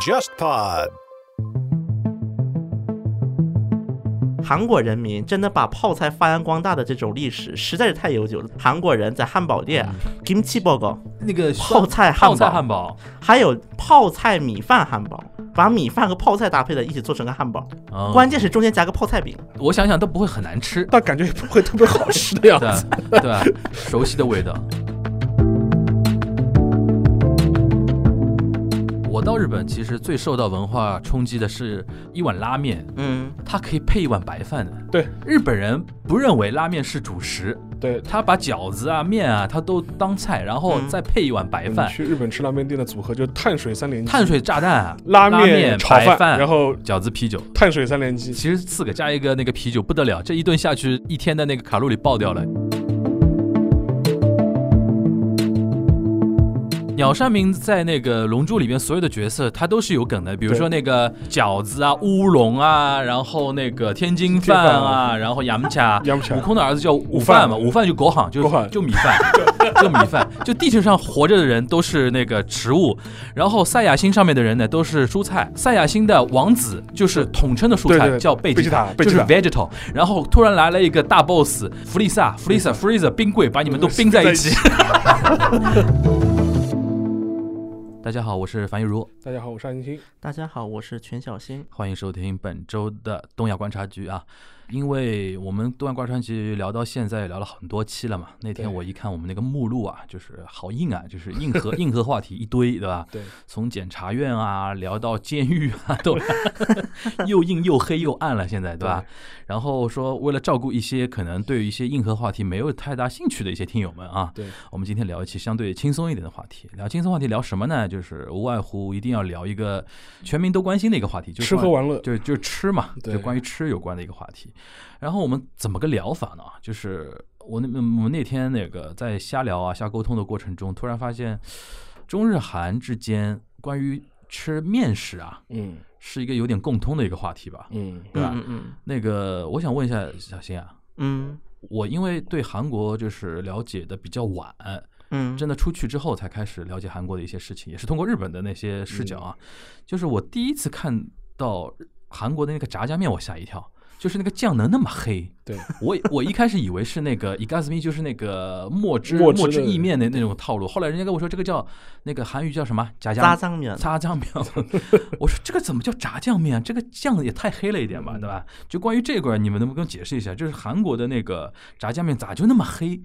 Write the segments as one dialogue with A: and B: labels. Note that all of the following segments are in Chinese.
A: JustPod。
B: 韩国人民真的把泡菜发扬光大的这种历史实在是太悠久了。韩国人在汉堡店，kimchi 啊
C: 嗯
B: b o g o
C: 那个
B: 泡菜汉
C: 泡
B: 堡
C: 菜汉堡
B: 还有泡菜米饭汉堡，把米饭和泡菜搭配在一起做成个汉堡，
C: 嗯
B: 关键是中间夹个泡菜饼。
C: 我想想都不会很难吃，
D: 但感觉也不会特别好吃 的样子。
C: 对对，熟悉的味道。我到日本其实最受到文化冲击的是一碗拉面，
B: 嗯，
C: 它可以配一碗白饭的。
D: 对，
C: 日本人不认为拉面是主食，
D: 对，
C: 他把饺子啊、面啊，他都当菜，然后
B: 嗯
C: 再配一碗白饭
D: 你、去日本吃拉面店的组合就是碳水三连击，
C: 碳水炸弹啊、
D: 拉
C: 面、
D: 面、炒
C: 白
D: 饭，然后
C: 饺子、啤酒。
D: 碳水三连击。
C: 其实四个加一个那个啤酒不得了，这一顿下去，一天的那个卡路里爆掉了。鸟山明在那个《龙珠》里边所有的角色，他都是有梗的，比如说那个饺子啊、乌龙啊，然后那个天津饭
D: 天津
C: 啊，然后杨家。
D: 养不起
C: 悟
D: 来，
C: 空的儿子叫午饭嘛，
D: 午饭
C: 午饭就狗行，就
D: 狗行
C: 就米饭， 就米饭，就地球上活着的人都是那个植物，然后赛亚星上面的人呢都是蔬菜，赛亚星的王子就是统称的蔬
D: 对
C: 菜
D: 对
C: 叫贝吉塔，
D: 贝
C: 就
D: 吉
C: 是
D: 塔
C: vegetal，然后突然来了一个大 boss 弗利萨，弗利萨 freezer 冰柜把你们都冰在一起。 大家好，我是樊玉茹，
D: 大家好，我是安欣。
B: 大家好，我是全小新。
C: 欢迎收听本周的东亚观察局啊。因为我们东亚观察局聊到现在也聊了很多期了嘛，那天
D: 对
C: 我一看我们那个目录啊，就是好硬啊，就是硬核 硬核话题一堆，对吧？
D: 对，
C: 从检察院啊聊到监狱啊， 都又硬又黑又暗了，现在对吧？然后说为了照顾一些可能对于一些硬核话题没有太大兴趣的一些听友们啊，
D: 对，
C: 我们今天聊一期相对轻松一点的话题。聊轻松话题聊什么呢？就是无外乎一定要聊一个全民都关心的一个话题，就是
D: 吃喝
C: 关
D: 玩乐，
C: 就就吃嘛，
D: 对
C: 就关于吃有关的一个话题。然后我们怎么个聊法呢？就是我那嗯我们那天那个在瞎聊啊、瞎沟通的过程中，突然发现中日韩之间关于吃面食啊，
D: 嗯
C: 是一个有点共通的一个话题吧。
D: 嗯，
C: 对吧
B: 嗯嗯
C: 那个我想问一下小新啊，
B: 嗯
C: 我因为对韩国就是了解的比较晚，
B: 嗯，
C: 真的出去之后才开始了解韩国的一些事情，也是通过日本的那些视角
D: 嗯
C: 啊。就是我第一次看到日韩国的那个炸酱面，我吓一跳，就是那个酱能那么黑。
D: 对，
C: 我我一开始以为是那个 i g a s m i 就是那个墨汁
D: 墨汁
C: 墨汁
D: 的
C: 意面的那种套路。后来人家跟我说这个叫那个韩语叫什么炸
B: 炸
C: 酱
B: 酱面，
C: 炸酱面， 我说这个怎么叫炸酱面啊？这个酱也太黑了一点吧，对
B: 嗯
C: 吧？就关于这块儿，你们能不能解释一下？就是韩国的那个炸酱面咋就那么黑？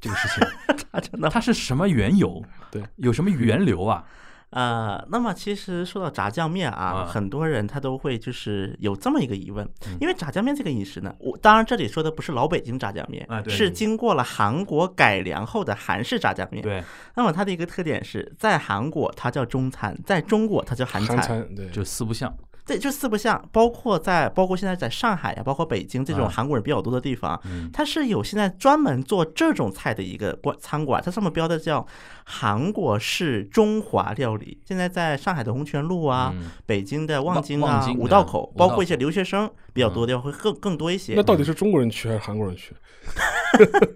C: 这个 事情，
B: 炸酱面。
C: 它是什么缘由？
D: 对，
C: 有什么源流啊？
B: 呃，那么其实说到炸酱面啊，
C: 啊嗯
B: 很多人他都会就是有这么一个疑问，因为炸酱面这个饮食呢，我当然这里说的不是老北京炸酱面
C: 啊，对
B: 是经过了韩国改良后的韩式炸酱面。
C: 对，
B: 那么它的一个特点是在韩国它叫中餐，在中国它叫韩
D: 韩
B: 餐，
D: 餐对，
C: 就四不像。
B: 对，就四不像，包括在包括现在在上海呀、包括北京这种
C: 啊
B: 韩国人比较多的地方，
C: 嗯
B: 它是有现在专门做这种菜的一个馆餐馆，它上面标的叫韩国式中华料理。现在在上海的红泉路啊，
C: 嗯
B: 北京的
C: 望
B: 望京
C: 望
B: 啊
C: 京、
B: 五
C: 啊
B: 道口
C: 五，
B: 包
C: 道嗯
B: 括一些留学生比较多的地方会更更多一些
D: 那，到底是中国人去还是韩国人去？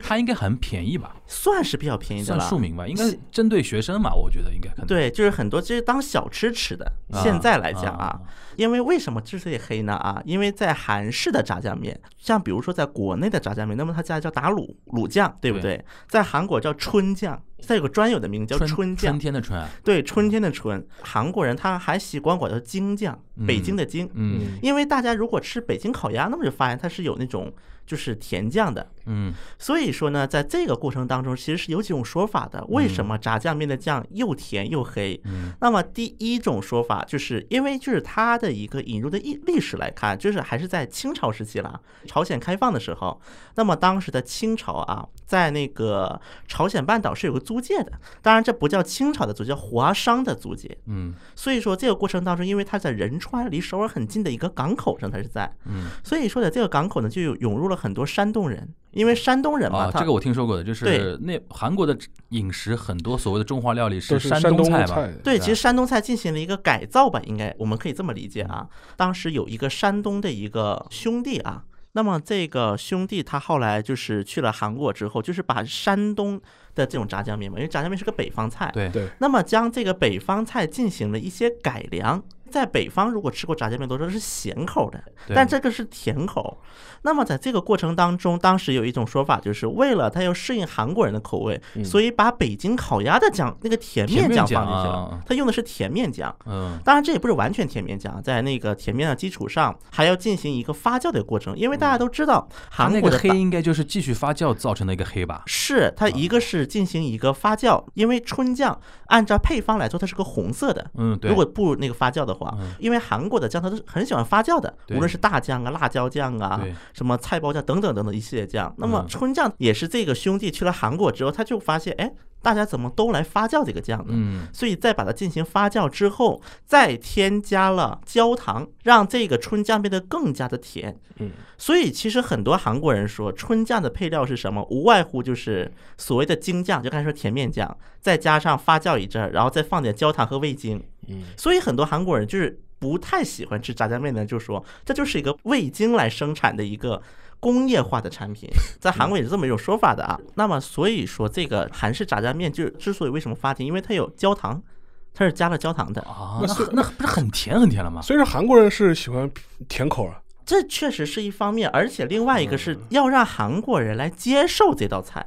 C: 它应该很便宜吧？
B: 算是比较便宜的
C: 算
B: 了
C: 庶。民吧？应该针对学生嘛？我觉得应该可能。
B: 对，就是很多就是当小吃吃的。
C: 啊，
B: 现在来讲啊，因为为什么之所以黑呢？啊，因为在韩式的炸酱面，像比如说在国内的炸酱面，那么它家叫打卤卤酱，对不
C: 对
B: 对？在韩国叫春酱，它有个专有的名字叫
C: 春
B: 春酱
C: 春。天的春啊，
B: 对，春天的春，韩国人他还习惯管它叫京酱，北京的京。
C: 嗯
B: 因为大家如果吃北京烤鸭，那么就发现它是有那种就是甜酱的，
C: 嗯，
B: 所以说呢，在这个过程当中，其实是有几种说法的。为什么炸酱面的酱又甜又黑？那么第一种说法，就是因为就是它的一个引入的历历史来看，就是还是在清朝时期啦，朝鲜开放的时候。那么当时的清朝啊，在那个朝鲜半岛是有个租界的，当然这不叫清朝的租界，叫华商的租界。
C: 嗯，
B: 所以说这个过程当中，因为它在仁川离首尔很近的一个港口上，它是在，
C: 嗯，
B: 所以说在这个港口呢，就有涌入了很多山东人，因为山东人嘛，
C: 啊，
B: 他
C: 这个我听说过的，就是
B: 对
C: 那韩国的饮食很多所谓的中华料理是
D: 都是
C: 山
D: 东
C: 菜吧？
D: 菜，
B: 对，
C: 吧
B: 其实山东菜进行了一个改
C: 嗯
B: 造吧，应该我们可以这么理解啊。当时有一个山东的一个兄弟啊，那么这个兄弟他后来就是去了韩国之后，就是把山东的这种炸酱面嘛，因为炸酱面是个北方菜，
C: 对
D: 对
B: 那么将这个北方菜进行了一些改良。在北方，如果吃过炸酱面，都知道是咸口的，
C: 对
B: 但这个是甜口。那么在这个过程当中，当时有一种说法，就是为了它要适应韩国人的口味，所以把北京烤鸭的酱那个甜
C: 嗯甜
B: 面
C: 面
B: 酱
C: 酱
B: 放进去
C: 啊
B: 了。它用的是甜面酱，
C: 嗯，
B: 当然这也不是完全甜面酱，在那个甜面的基础上，还要进行一个发酵的过程，因为大家都知道
C: 它
B: 韩
C: 嗯那
B: 国
C: 个
B: 的
C: 黑
B: 大
C: 应该就是继续发酵造成的一个黑吧？
B: 是它一个是进行一个发酵，因为春酱按照配方来说，它是个红色的。
C: 嗯，对。嗯
B: 如果不那个发酵的话，因为韩国的酱它都是很喜欢发酵的，
C: 对
B: 无论是大酱啊、辣椒酱啊
C: 对、
B: 什么菜包酱等等等等一系列酱。那么
C: 嗯
B: 春酱也是这个兄弟去了韩国之后，他就发现，哎，大家怎么都来发酵这个酱呢？
C: 嗯，
B: 所以再把它进行发酵之后，再添加了焦糖，让这个春酱变得更加的甜。
D: 嗯，
B: 所以其实很多韩国人说春酱的配料是什么，无外乎就是所谓的精酱，就刚才说甜面酱，再加上发酵一阵儿，然后再放点焦糖和味精。
D: 嗯，
B: 所以很多韩国人就是不太喜欢吃炸酱面的，就说这就是一个味精来生产的一个。工业化的产品，在韩国也是这么一种说法的啊。那么所以说，这个韩式炸酱面就是之所以为什么发甜，因为它有焦
C: 嗯
B: 糖，它是加了焦糖的。
C: 啊，那很那不是很甜很甜了吗？
D: 虽然韩国人是喜欢甜口啊，
B: 这确实是一方面，而且另外一个是要让韩国人来接受这道菜，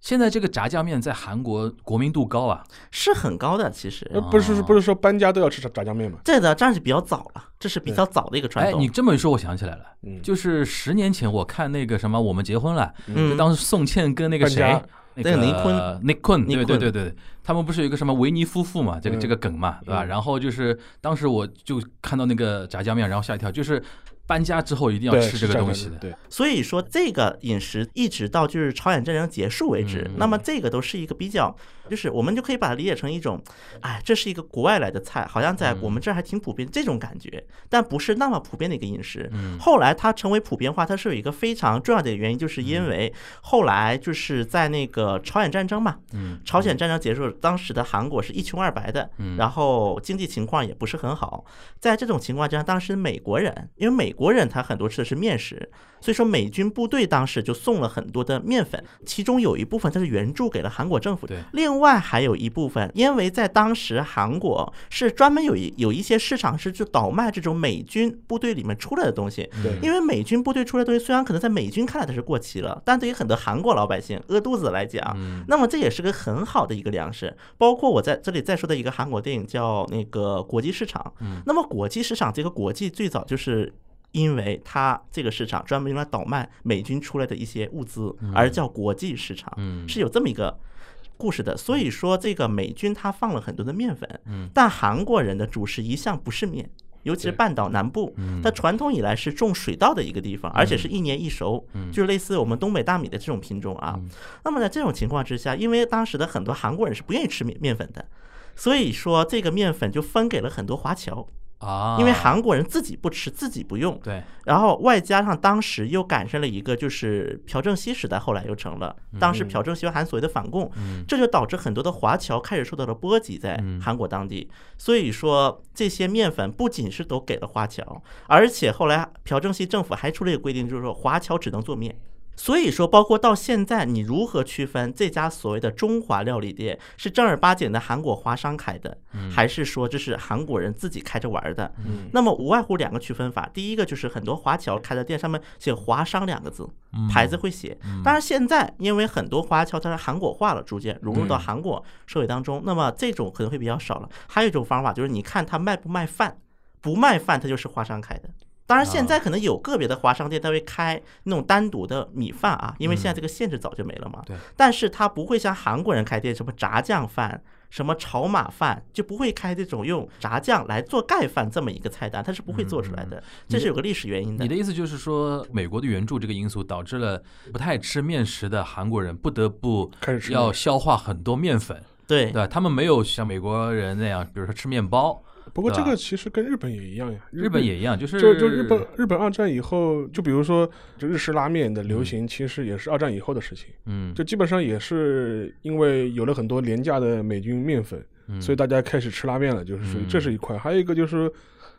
C: 现在这个炸酱面在韩国国民度高啊，
B: 是很高的。其实
C: 嗯
D: 呃不
C: 哦
D: 是不是说搬家都要吃炸炸酱面嘛？
B: 这个当然是比较早了，这是比较早的一个传
C: 哎，
B: 统。
C: 你这么一说，我想起来了，
D: 嗯
C: 就是十年前我看那个什么《我们结婚了》，就
B: 嗯，
C: 当时宋茜跟那个
D: 搬
C: 谁
D: 家，
B: 那
C: 那
B: 个尼坤
C: 尼坤，对
B: 尼
C: 对
B: 坤
C: 对对，他们不是有一个什么维尼夫妇嘛，这个
D: 嗯
C: 这个梗嘛，对吧？然后就是当时我就看到那个炸酱面，然后吓一跳，就是搬家之后一定要
D: 对，
C: 吃这个
D: 炸
C: 东
D: 酱
C: 西
D: 面
C: 的，
D: 对，
B: 所以说这个饮食一直到就是朝鲜战争结束为止，那么这个都是一个比较，就是我们就可以把它理解成一种，哎，这是一个国外来的菜，好像在我们这儿还挺普遍这种感觉，但不是那么普遍的一个饮食。后来它成为普遍化，它是有一个非常重要的原因，就是因为后来就是在那个朝鲜战争嘛，
C: 嗯
B: 朝鲜战争结束，当时的韩国是一穷二白的，然后经济情况也不是很好。在这种情况之下，当时美国人，因为美国人他很多吃的是面食，所以说美军部队当时就送了很多的面粉，其中有一部分它是援助给了韩国政府的
C: 对，
B: 另外还有一部分，因为在当时韩国是专门有一有一些市场是就倒卖这种美军部队里面出来的东西，
D: 对
C: 嗯
B: 因为美军部队出来的东西虽然可能在美军看来它是过期了，但对于很多韩国老百姓饿肚子来讲，那么这也是个很好的一个粮食。包括我在这里再说的一个韩国电影叫那个《国际市场》，那么国际市场这个国际最早就是。因为它这个市场专门用来倒卖美军出来的一些物资，而叫国际市场，
C: 嗯
B: 是有这么一个故事的。所以说，这个美军他放了很多的面粉，但韩国人的主食一向不是面，尤其是半岛南部，它传统以来是种水稻的一个地方，而且是一年一熟，就是类似我们东北大米的这种品种啊。那么在这种情况之下，因为当时的很多韩国人是不愿意吃面面粉的。所以说，这个面粉就分给了很多华侨，
C: 啊，
B: 因为韩国人自己不吃，自己不用，
C: 对
B: 然后外加上当时又赶上了一个就是朴正熙时代，后来又成了当时朴正熙和韩所谓的反共，这就导致很多的华侨开始受到了波及，在韩国当地。所以说这些面粉不仅是都给了华侨，而且后来朴正熙政府还出了一个规定，就是说华侨只能做面。所以说，包括到现在，你如何区分这家所谓的中华料理店是正儿八经的韩国华商开的，还是说这是韩国人自己开着玩儿的？那么无外乎两个区分法，第一个就是很多华侨开的店上面写“华商”两个字，牌子会写。当然，现在因为很多华侨它是韩国化了，逐渐融入到韩国社会当中，那么这种可能会比较少了。还有一种方法就是，你看他卖不卖饭，不卖饭它就是华商开的。当然，现在可能有个别的华商店，它会开那种单独的米饭啊，因为现在这个限制早就没了嘛。
C: 对。
B: 但是它不会像韩国人开店，什么炸酱饭、什么炒马饭，就不会开这种用炸酱来做盖饭这么一个菜单，它是不会做出来的。这是有个历史原因
C: 嗯你的意思就是说，美国的援助这个因素导致了不太吃面食的韩国人不得不
D: 开始吃
C: 要
D: 面
C: 消化很多面粉，
B: 对
C: 对吧？他们没有像美国人那样，比如说吃面包，
D: 不过
C: 对
D: 这
C: 吧
D: 个其实跟日本也一样呀，
C: 日本也一样，就是
D: 就就日本日本二战以后，就比如说就日式拉面的
B: 嗯
D: 流行，其实也是二战以后的事情。
C: 嗯
D: 就基本上也是因为有了很多
C: 嗯
B: 嗯
D: 廉价的美军面粉，所以大家开始吃拉面了，就是属于这是一块。还有一个就是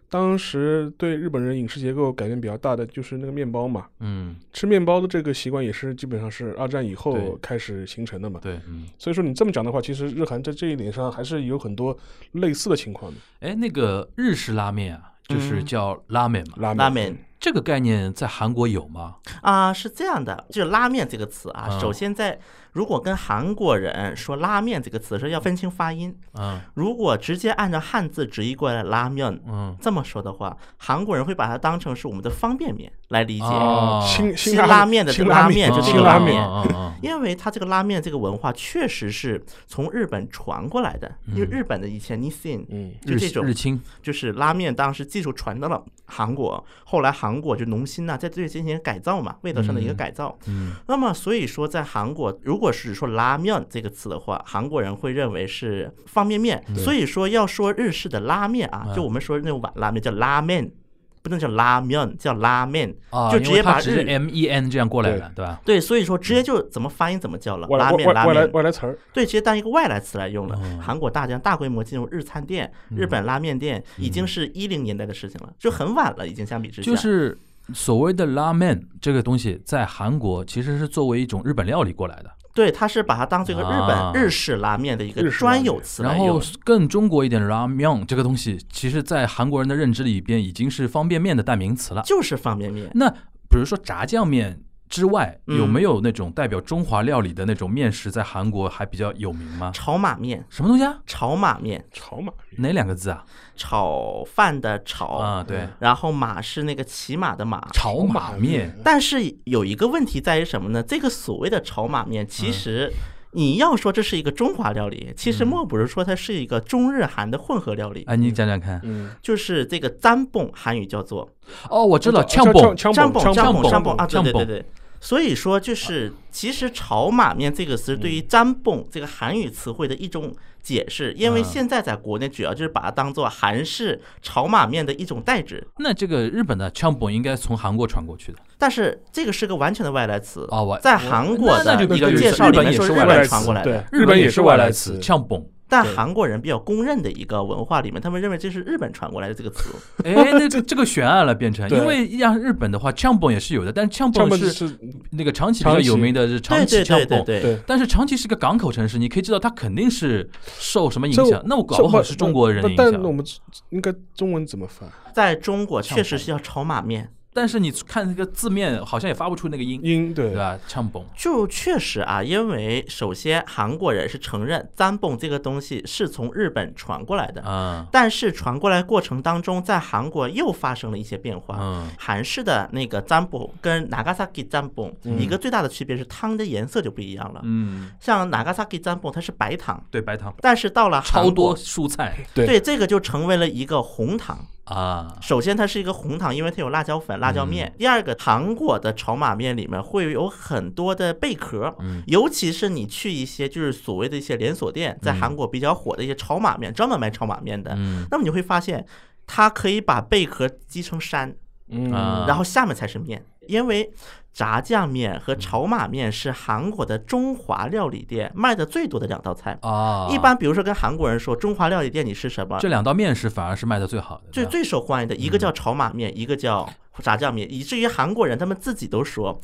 D: 当时对日本人饮食结构改变比较大的就是那个面包嘛，
C: 嗯，
D: 吃面包的这个习惯也是基本上是二战以后
C: 对
D: 开始形成的嘛。
C: 对，嗯，
D: 所以说你这么讲的话，其实日韩在这一点上还是有很多类似的情况的。
C: 哎，那个日式拉面啊，就是
B: 嗯
C: 叫拉面嘛，
D: 拉面，
B: 拉面
C: 这个概念在韩国有吗？
B: 啊，是这样的，就是拉面这个词啊，
C: 嗯
B: 首先在如果跟韩国人说拉面这个词是要分清发音，
C: 嗯
B: 如果直接按照汉字直译过来的拉面
C: 嗯，
B: 这么说的话，韩国人会把它当成是我们的方便面来理解，
C: 哦
D: 辛
B: 辛
D: 啊拉
B: 拉面的
D: 辛
B: 拉
D: 拉
B: 面就
D: 辛
B: 这个
D: 拉
B: 拉面
C: 啊啊啊
B: 因为它这个拉面这个文化确实是从日本传过来的，因为日本的以前 Nissin
D: 嗯，
B: 就这种
C: 嗯日清，
B: 就是拉面当时技术传到了韩国，后来韩国就农心呐、在对进行改造嘛，味道上的一个改造。
C: 嗯
B: 那么所以说，在韩国，如果是说拉面这个词的话，韩国人会认为是方便面。所以说要说日式的拉面啊，
C: 哎
B: 就我们说那种碗拉面叫拉面，不能叫拉面，叫拉面，
C: 啊，
B: 就
C: 因
B: 直
C: 为
B: 接
C: 它
B: 把
C: 只是
B: 日。
C: M E N 这样过来的，对吧？
B: 对，所以说直
C: 嗯
B: 接就怎么发音怎么叫了，
D: 外
B: 拉
D: 来
B: 面
D: 外
B: 拉
D: 外来
B: 面。
D: 外来词儿，
B: 对，直接当一个外来词来用了。
C: 哦
B: 韩国大疆大规模进入日餐店、
C: 嗯
B: 日本拉面店，已经是一零年代的事情了，就很晚了，已经相比之下。
C: 就是所谓的拉面这个东西，在韩国其实是作为一种日本料理过来的，
B: 对，它是把它当做一个日
C: 啊
B: 本日式拉面的一
D: 日
B: 个
D: 式
B: 专
D: 拉
B: 有词来
C: 然后
B: 用。
C: 更中国一点的拉面这个东西，其实在韩国人的认知里边已经是方便面的代名词了。
B: 就是方便面，
C: 那比如说炸酱面。之外，
B: 嗯
C: 有没有那种代表中华料理的那种面食，在韩国还比较有名吗？
B: 炒马面，
C: 什么东西啊？
B: 炒马面，
D: 炒马面，
C: 哪两个字啊？
B: 炒饭的炒，
C: 啊，对，
B: 然后马是那个骑马的马。
C: 炒马面。
B: 但是有一个问题在于什么呢？这个所谓的炒马面，
C: 嗯
B: 其实你要说这是一个中华料理，其实莫不是说它是一个中日韩的混合料理。
C: 哎，你讲讲看。
D: 嗯，
B: 就是这个占蹦，韩语叫做
C: 哦，我知道，
D: 呛
C: 呛蹦。
D: 呛
B: 占
D: 呛
B: 蹦
D: 呛，
B: 占
C: 蹦
B: 蹦占蹦啊，对
C: 呛
B: 对对
C: 蹦
B: 对。所以说，就是其实“炒马面”这个词对
C: 嗯
B: 于“占蹦”这个韩语词汇的一种解释，因为
C: 嗯
B: 现在在国内主要就是把它当做韩式炒马面的一种代指。
C: 那这个日本的呛蹦应该从韩国传过去的
B: 但是这个是个完全的外来词
C: 哦我
B: 在韩国
C: 那
B: 的
C: 就
B: 一个
C: 对对
B: 介绍
C: 日
B: 里
C: 本
B: 面
C: 也
B: 说
C: 是
B: 日
C: 外
D: 来
B: 本
D: 词
B: 传过来的，
D: 对，日本
C: 也
D: 是
C: 外
D: 来
C: 词，
D: 词，
C: 呛蹦。
B: 但
D: 对
B: 韩国人比较公认的一个文化里面，他们认为这是日本传过来的这个词。
C: 哎，那这这个悬案了，变成
D: 对
C: 因为像日本的话，呛蹦也是有的，但是呛
D: 呛
C: 蹦
D: 蹦
C: 是
D: 是，
C: 那个长崎比较有名的
B: 对
C: 是长崎
B: 对
C: 呛
B: 对
C: 蹦
B: 对。对。
D: 对。
C: 但是长崎是个港口城市，你可以知道它肯定是受什么影
D: 这
C: 响。那我搞不好是中国人的影
D: 但但我
C: 响。
D: 们应该中文怎么翻？
B: 在中国
C: 呛
B: 确实是要炒马面，
C: 但是你看那个字面，好像也发不出那个音，
D: 音对
C: 对吧？呛蹦。
B: 就确实啊，因为首先韩国人是承认占蹦这个东西是从日本传过来的，
C: 啊，
B: 但是传过来过程当中，在韩国又发生了一些变化。
C: 嗯
B: 韩式的那个占卜跟 Nagasaki 占卜，一个最大的区别是汤的颜色就不一样了。
C: 嗯，
B: 像 Nagasaki 占卜它是白糖，
C: 对，白糖
B: 但是到了韩
C: 超
B: 国
C: 多，蔬菜
D: 对
B: 对这个就成为了一个红糖。
C: 啊，
B: 首先，它是一个红糖，因为它有辣椒
C: 嗯
B: 粉、辣椒面。第二个，韩国的炒马面里面会有很多的贝壳，
C: 嗯
B: 尤其是你去一些就是所谓的一些连锁店，在韩国比较火的一些炒马面，专门卖炒马面的，
C: 嗯
B: 那么你会发现，它可以把贝壳击成山，
D: 嗯
C: 啊
B: 然后下面才是面，因为。炸酱面和炒马面是韩国的中华料理店卖的最多的两道菜。
C: 啊，
B: 一般比如说跟韩国人说中华料理店你吃什么，
C: 这两道面食反而是卖的最好的，
B: 最
C: 对吧
B: 最受欢迎的一个叫炒马面，一个叫炸酱面，以至于韩国人他们自己都说，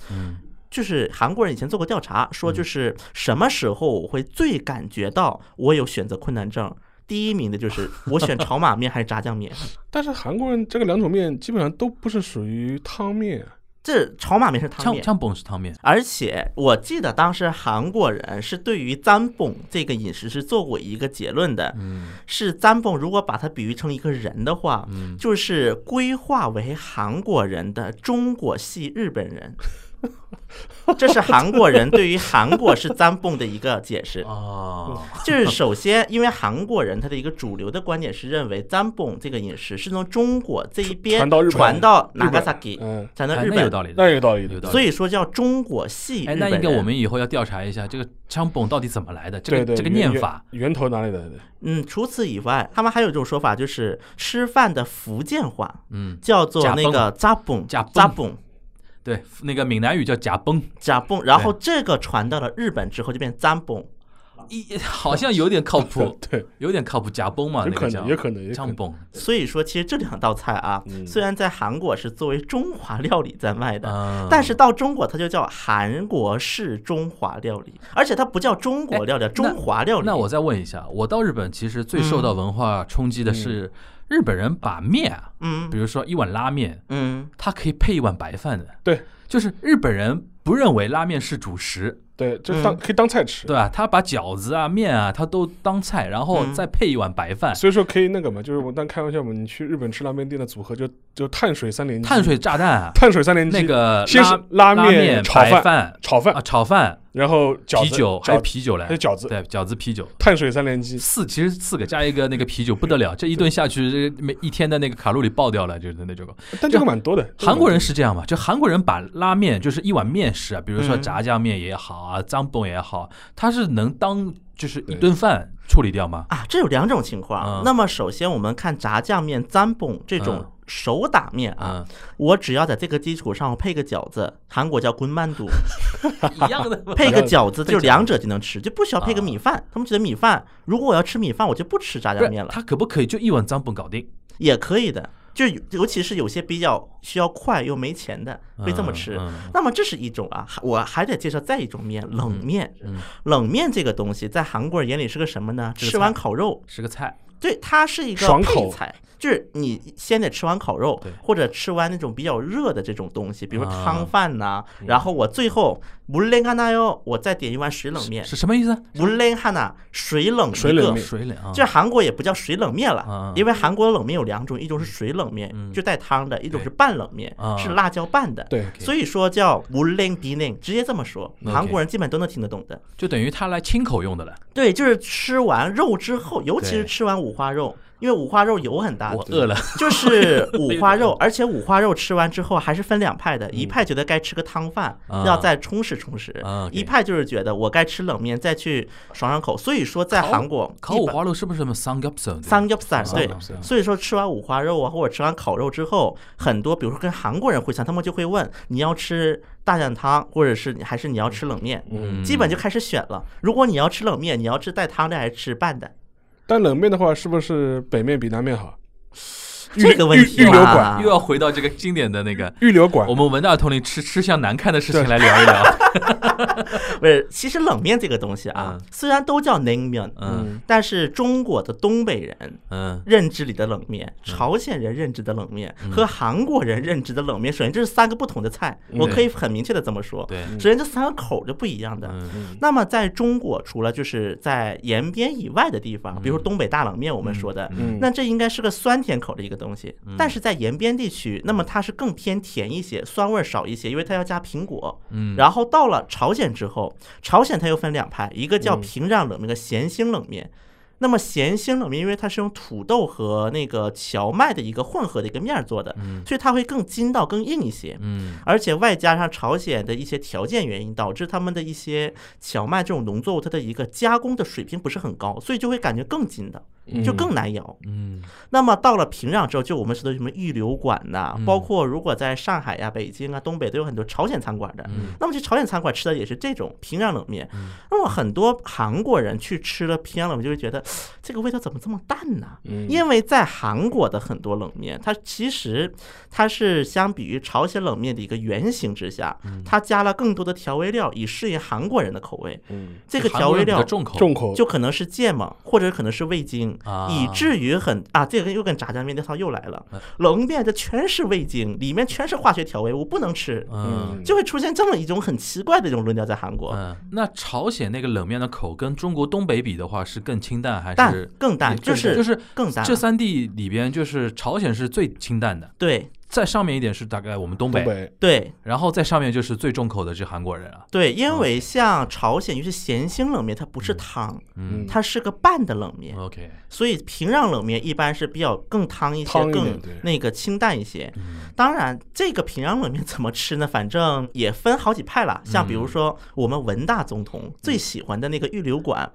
B: 就是韩国人以前做过调查，说就是什么时候我会最感觉到我有选择困难症。第一名的就是我选炒马面还是炸酱面，
D: 但是韩国人这个两种面基本上都不是属于汤面，
B: 这炒马面是汤
C: 呛
B: 面，
C: 呛蹦是汤面，
B: 而且我记得当时韩国人是对于占蹦这个饮食是做过一个结论的，
C: 嗯
B: 是占蹦如果把它比喻成一个人的话，
C: 嗯
B: 就是规划为韩国人的中国系日本 人。这是韩国人对于韩国是占蹦的一个解释，
C: 哦，
B: 就是首先，因为韩国人他的一个主流的观点是认为占蹦这个饮食是从中国这一边
D: 传到日本
B: 传到
D: 日本
B: Nagasaki，
D: 嗯，
B: 传到
C: 哎
B: 日
C: 那有
B: 本，
C: 道理的，
D: 那有道理
C: 有
D: 的。
C: 道理。
B: 所以说叫中国系
C: 哎，
B: 日
C: 那
B: 本人。
C: 应该我们以后要调查一下这个呛蹦到底怎么来的，这
D: 对
C: 个
D: 对，
C: 这个
D: 源
C: 念法，
D: 源源头哪里来的？，
B: 嗯，除此以外，他们还有一种说法，就是吃饭的福建话
C: 嗯，
B: 叫做那个扎蹦
C: 假蹦
B: 扎蹦
C: 对，那个闽南语叫假崩
B: 扎蹦，然后这个传到了日本之后就变扎蹦，
C: 一好像有点靠谱
D: 啊 对，
C: 有点靠谱，甲崩嘛，
D: 有
C: 哦那
D: 可
C: 个
D: 能，
C: 叫
D: 也可能，也可
C: 酱
D: 能。
C: 崩，
B: 所以说，其实这两道菜啊，
D: 嗯
B: 虽然在韩国是作为中华料理在卖的，
C: 嗯，
B: 但是到中国它就叫韩国式中华料理，而且它不叫中国料理，中华料理。
C: 哎那我再问一下，我到日本其实最受到文化冲击的
D: 嗯
C: 是日本人把面啊，
B: 嗯
C: 比如说一碗拉面，
B: 嗯
C: 它可以配一碗白饭的，
D: 对，
C: 就是日本人不认为拉面是主食，
D: 对，这当
B: 嗯
D: 可以当菜吃
C: 对，吧？他把饺子啊、面啊，他都当菜，然后
B: 嗯
C: 再配一碗白饭，
D: 所以说可以那个嘛，就是我当开玩笑嘛，你去日本吃拉面店的组合就就碳水三连击，
C: 碳水炸弹啊，
D: 碳水三连击，
C: 那个
D: 先是
C: 拉
D: 拉面
C: 面、
D: 炒
C: 白
D: 饭
C: 饭
D: 炒饭
C: 啊、，炒饭、
D: 然后饺
C: 啤
D: 子
C: 酒还有
D: 饺子
C: 啤酒嘞
D: 还有，饺子，
C: 对，饺子、啤酒。
D: 碳水三连击，
C: 四其实四个加一个那个啤酒不得了，这一顿下去，这每一天的那个卡路里爆掉了，就是那种。
D: 但这个蛮多的。这个
C: 韩国
D: 蛮
C: 人是这样嘛？就韩国人把拉面就是一碗面食啊，比如说
B: 嗯
C: 炸酱面也好啊，脏崩也好，它是能当就是一顿饭处理掉吗？
B: 啊，这有两种情况。
C: 嗯
B: 那么首先我们看炸酱面、占蹦这种
C: 嗯
B: 手打面啊，
C: 嗯，
B: 我只要在这个基础上配个饺子，韩国叫滚曼 肚，
C: 嗯 一样的嘛。
B: 配个
D: 配
B: 饺子就
C: 饺子
B: 两者就能吃，就不需要配个
C: 啊
B: 米饭。他们觉得米饭，如果我要吃米饭，我就不吃炸
C: 不
B: 酱
C: 是
B: 面了，
C: 他可不可以就一碗脏崩搞定？
B: 也可以的。就有尤其是有些比较需要快又没钱的，会这么吃。
C: 嗯
B: 那么这是一种啊，还我还得介绍再一种面，冷面。
C: 嗯
B: 冷面这个东西在韩国人眼里是个什么呢？
C: 是个
B: 吃完
C: 菜
B: 烤肉，
C: 是个菜，
B: 对，它是一个
D: 爽
B: 配
D: 口
B: 菜，就是你先得吃完烤肉
C: 对，
B: 或者吃完那种比较热的这种东西，比如说
C: 啊
B: 汤饭呐、然后我最后无冷哈那哟，我再点一碗水冷面，
C: 是什么意思？啊
B: 无冷哈那水冷
D: 水
B: 一
D: 冷
B: 个
D: 面
C: 水冷啊，
B: 这韩国也不叫水冷面了
C: 啊，
B: 因为韩国的冷面有两种，一种是水冷面，
C: 嗯
B: 就带汤的；一种
C: 对
B: 是拌冷面，
C: 啊
B: 是辣椒拌的。
D: 对
B: 所以说叫无冷比冷，直接这么说，
C: OK
B: 韩国人基本都能听得懂的。
C: 就等于他来清口用的了。
B: 对，就是吃完肉之后，尤其是
C: 对
B: 吃完五花肉，因为五花肉油很大，
C: 我饿了，
B: 就是五花肉，而且五花肉吃完之后还是分两派的，一派觉得该吃个汤饭，
C: 嗯啊
B: 要再充实充实
C: 啊；，OK
B: 一派就是觉得我该吃冷面，再去爽爽口。所以说，在
C: 烤
B: 韩国
C: 烤
B: 一
C: 五
B: 般
C: 花肉啊是不是什么 samgyeopsal？
B: 三 u p s a 对
D: samgyeopsal，
B: 所以说吃完五花肉啊，或者吃完烤肉之后，很多比如说跟韩国人会餐，他们就会问你要吃大酱汤，或者是你还是你要吃冷面，
C: 嗯
B: 基本就开始选了。如果你要吃冷面，你要吃带汤的还是吃拌的？
D: 但冷面的话，是不是北面比南面好？预
B: 这个问题啊
D: 预预留
B: 吧
D: 管，
C: 又要回到这个经典的那个，
B: 嗯
D: 预留管
C: 我，们文大统领吃吃相难看的事情来聊一聊。
B: 不是，其实冷面这个东西啊，
C: 嗯
B: 虽然都叫 냉면，
C: 嗯
B: 但是中国的东北人
C: 嗯，
B: 认知里的冷面、朝鲜人认知的冷面和韩国人认知的冷面，首先这是三个不同的菜，我可以很明确的这么说。
C: 对，
B: 首先这三个口儿就不一样的。
C: 嗯
B: 那么在中国，除了就是在延边以外的地
C: 嗯
B: 方，比如说东北大冷面，我们说的。
D: 嗯，
B: 那这应该是个酸甜口的一个东西，但是在延边地区，那么它是更偏甜一些，酸味儿少一些，因为它要加苹果。
C: 嗯，
B: 然后到了朝鲜之后，朝鲜它又分两派，一个叫平壤冷面，一个咸兴冷面。那么咸兴冷面，因为它是用土豆和那个荞麦的一个混合的一个面儿做的，所以它会更筋道、更硬一些。
C: 嗯
B: 而且外加上朝鲜的一些条件原因，导致他们的一些荞麦这种农作物，它的一个加工的水平不是很高，所以就会感觉更筋道，就更难咬。
C: 嗯
B: 那么到了平壤之后，就我们说的什么玉流馆呐、
C: 嗯
B: 包括如果在上海呀、北京啊、东北都有很多朝鲜餐馆的。
C: 嗯
B: 那么去朝鲜餐馆吃的也是这种平壤冷面。那么很多韩国人去吃了平壤冷面，就会觉得这个味道怎么这么淡呢？
C: 嗯
B: 因为在韩国的很多冷面，它其实它是相比于朝鲜冷面的一个原型之下，
C: 嗯
B: 它加了更多的调味料，以适应韩国人的口味。
D: 嗯
B: 这个调味料
C: 重口
D: 重口
B: 就可能是芥末，或者可能是味精，
C: 啊嗯
B: 以至于很啊，这个又跟炸酱面那套又来了，冷面这全是味精，里面全是化学调味，我不能吃，
C: 嗯
B: 就会出现这么一种很奇怪的一种论调在韩国，
C: 嗯，那朝鲜那个冷面的口跟中国东北比的话，是更清淡还
B: 淡
C: 是
B: 更淡，
C: 也
B: 就
C: 就是是
B: 更淡
C: 这
B: 了，
C: 三地里边，就是朝鲜是最清淡的，
B: 对
C: 再上面一点是大概我们东
D: 东
C: 北，
D: 北
B: 对
C: 然后再上面就是最重口的是韩国人啊，
B: 对，因为像朝鲜，尤其咸兴冷面，它不是汤，
C: 嗯
B: 它是个拌的冷面，
C: ，OK，
B: 所以平壤冷面一般是比较更汤一些，
D: 汤一点
B: 更
D: 对嗯
B: 那个清淡一些。当然，这个平壤冷面怎么吃呢？反正也分好几派了。
D: 嗯
B: 像比如说，我们文大总统最喜欢的那个玉流馆，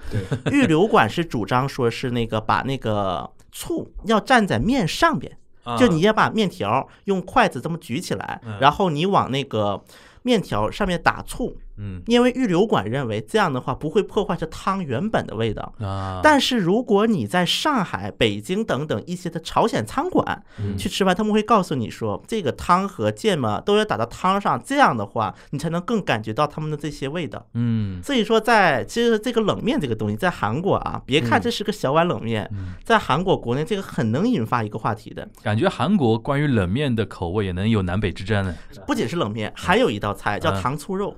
D: 嗯
B: 玉流馆是主张说是那个把那个醋要蘸在面上边，
D: 啊
C: 啊
B: 就你要把面
D: 嗯
B: 条用筷子这么举起来，然后你往那个面条上面打醋。
C: 嗯
B: 因为预留馆认为这样的话不会破坏这汤原本的味道。
C: 啊，
B: 但是如果你在上海、北京等等一些的朝鲜餐馆
C: 嗯
B: 去吃饭，他们会告诉你说，这个汤和芥末都要打到汤上，这样的话你才能更感觉到他们的这些味道。
C: 嗯
B: 所以说在，其实这个冷面这个东西，在韩国啊，别看这是个小碗冷面，
C: 嗯
B: 在韩国国内这个很能引发一个话题的，
C: 感觉韩国关于冷面的口味也能有南北之争呢。
B: 不仅是冷面，还有一道菜叫
C: 嗯
B: 糖醋肉，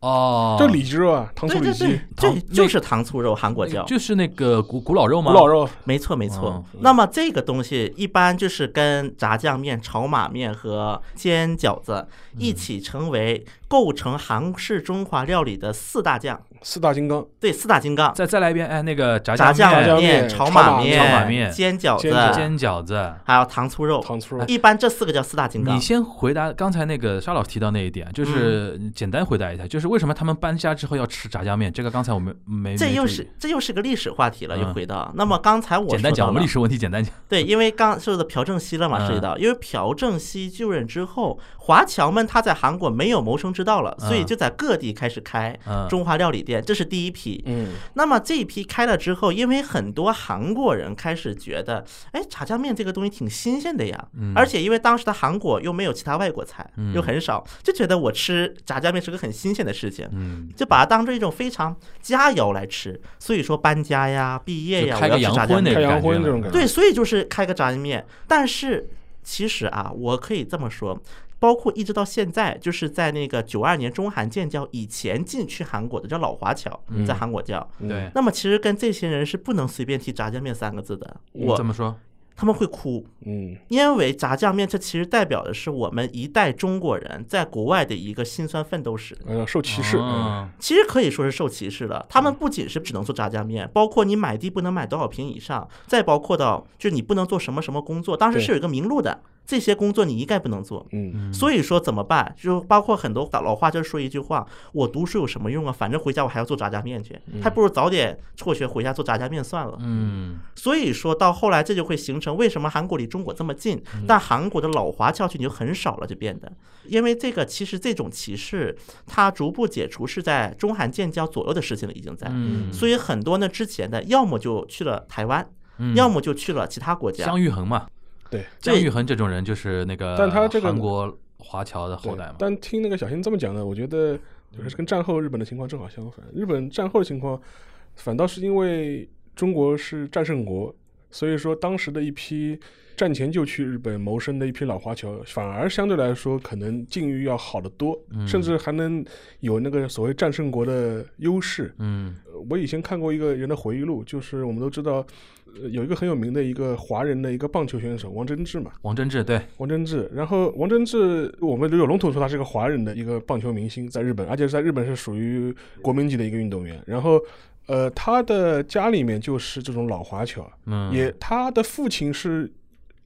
C: 哦，
D: 就里脊肉啊，糖醋
B: 对
D: 里
B: 对
D: 脊
B: 对，，
C: 糖
B: 这
C: 那
B: 就是糖醋肉，韩国叫。
C: 哎就是那个古古老肉吗？
D: 古老肉，
B: 没错，没错
C: 哦。
B: 那么这个东西一般就是跟炸酱面、炒马面和煎饺子
C: 嗯
B: 一起成为构成韩式中华料理的四大酱，
D: 四大金刚，
B: 对，四大金刚：
C: 再再来一遍，哎，那个炸
B: 炸
C: 酱
D: 酱
C: 面、
B: 面、
D: 面
B: 炒
D: 炒
B: 马
D: 马面
C: 炒马面
B: 煎饺
D: 煎饺
B: 子，
C: 煎饺子。
B: 还有糖醋肉。
D: 糖醋
C: 哎
D: 肉。
B: 一般这四个叫四大金刚
C: 你。先回答刚才那个沙老师提到那一点，
B: 嗯
C: 就是简单回答一下，就是为什么他们搬家之后要吃炸酱面？这个刚才我们没
B: 这
C: 没
B: 又
C: 注
B: 是
C: 意
B: 这又是个历史话题了，又
C: 嗯
B: 回到那么刚才我
C: 简
B: 说
C: 单
B: 到
C: 讲，我们
B: 了
C: 历史问题简单讲。
B: 对，因为刚说的朴正熙了
C: 嗯
B: 嘛，涉及到，因为朴正熙就任之后，华侨们他在韩国没有谋生之道了，所以
C: 嗯
B: 就在各地开始开
C: 嗯
B: 中华料理店，这是第一批。
D: 嗯，
B: 那么这一批开了之后，因为很多韩国人开始觉得，哎，炸酱面这个东西挺新鲜的呀，
C: 嗯
B: 而且因为当时的韩国又没有其他外国菜，又很少，就觉得我吃炸酱面是个很新鲜的事情。
C: 嗯，
B: 就把它当做一种非常佳肴来吃，所以说搬家呀、毕业
C: 就
B: 呀，我
C: 开个
B: 要吃
C: 洋
B: 炸酱
C: 荤
B: 面
C: 那
D: 开
C: 种
D: 洋
C: 感觉
D: 荤
C: 了
D: 这种感觉
B: 对，所以就是开个炸酱面。但是其实啊，我可以这么说，包括一直到现在，就是在那个九二年中韩建交以前进去韩国的叫老华侨，在韩国叫。
C: 嗯对，
B: 那么其实跟这些人是不能随便提炸酱面三个字的，
C: 这
B: 我
C: 嗯么说？
B: 他们会哭，
D: 嗯，
B: 因为炸酱面这其实代表的是我们一代中国人在国外的一个辛酸奋斗史。
D: 哎呀，受歧视，嗯
C: 嗯
B: 其实可以说是受歧视了。他们不仅是只能做炸酱面，包括你买地不能买多少平以上，再包括到就你不能做什么什么工作，当时
D: 对
B: 是有一个名录的，这些工作你一概不能做。
D: 嗯，
B: 所以说怎么办？就包括很多老话，就是说一句话：我读书有什么用啊？反正回家我还要做炸酱面去，
D: 嗯
B: 还不如早点辍学回家做炸酱面算了。
C: 嗯，
B: 所以说到后来，这就会形成为什么韩国离中国这么近，
C: 嗯
B: 但韩国的老华侨群就很少了，就变得，因为这个其实这种歧视它逐步解除是在中韩建交左右的事情了，已经在，
C: 嗯
B: 所以很多呢之前的要么就去了台湾，
C: 嗯
B: 要么就去了其他国家
C: 姜，育恒嘛，
D: 对。
C: 姜
B: 对
C: 育恒这种人就是那个，
D: 但他这个
C: 韩国华侨的后代嘛，
D: 但听那个小新这么讲呢，我觉得就是跟战后日本的情况正好相反。日本战后的情况，反倒是因为中国是战胜国，所以说当时的一批战前就去日本谋生的一批老华侨，反而相对来说可能境遇要好得多，
C: 嗯
D: 甚至还能有那个所谓战胜国的优势。
C: 嗯
D: 我以前看过一个人的回忆录，就是我们都知道，呃有一个很有名的一个华人的一个棒球选手王贞治嘛，
C: 王贞治对，
D: 王贞治。然后王贞治，我们有笼统说他是个华人的一个棒球明星，在日本，而且在日本是属于国民级的一个运动员。然后，呃，他的家里面就是这种老华侨，
C: 嗯
D: 也他的父亲是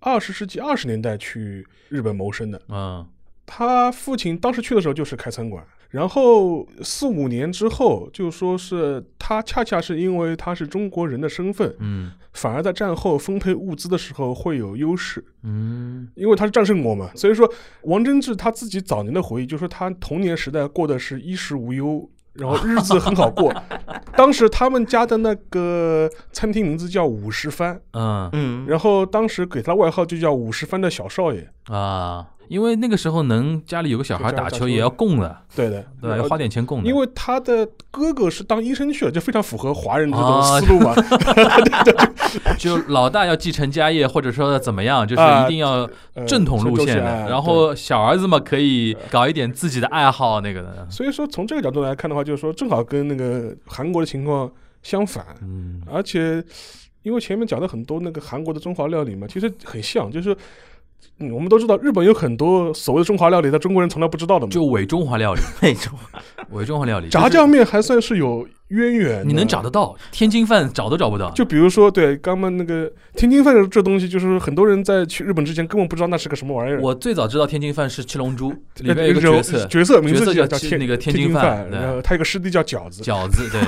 D: 二十世纪二十年代去日本谋生的，
C: 嗯
D: 他父亲当时去的时候就是开餐馆，然后四五年之后，就说是他恰恰是因为他是中国人的身份，
C: 嗯
D: 反而在战后分配物资的时候会有优势，
C: 嗯
D: 因为他是战胜国嘛。所以说，王贞治他自己早年的回忆，就说他童年时代过的是衣食无忧。然后日子很 好过，当时他们家的那个餐厅名字叫五十番，
C: 嗯
B: 嗯，
D: 然后当时给他外号就叫五十番的小少爷。
C: 啊，因为那个时候能家里有个小孩打球也要供的，
D: 对的，
C: 对吧，
D: 然
C: 要
D: 后
C: 花点钱供的，
D: 因为他的哥哥是当医生去了，就非常符合华人这种
C: 啊
D: 思路 嘛。
C: 就老大要继承家业，或者说怎么样，就是
D: 啊
C: 一定要
D: 呃
C: 正统路线
D: 正
C: 的。
D: 哎
C: 然后小儿子嘛，可以搞一点自己的爱好那个的
D: 对。所以说从这个角度来看的话，就是说正好跟那个韩国的情况相反，
C: 嗯
D: 而且因为前面讲的很多那个韩国的中华料理嘛，其实很像，就是。嗯，我们都知道日本有很多所谓的中华料理，但中国人从来不知道的嘛。
C: 就伪中华料理，
B: 那种
C: 伪中华料理，
D: 炸
C: 就是
D: 酱面还算是有渊源的，
C: 你能找得到，天津饭找都找不到。
D: 就比如说，对，刚刚那个天津饭这东西，就是很多人在去日本之前根本不知道那是个什么玩意儿。
C: 我最早知道天津饭是七龙珠里
D: 呃
C: 面有个
D: 人
C: 角
D: 物
C: 色，
D: 角色名
C: 角色
D: 字
C: 叫
D: 叫
C: 天
D: 天
C: 那个天
D: 天
C: 津饭
D: 饭，
C: 对
D: 然后他有个师弟叫饺子，
C: 饺子对。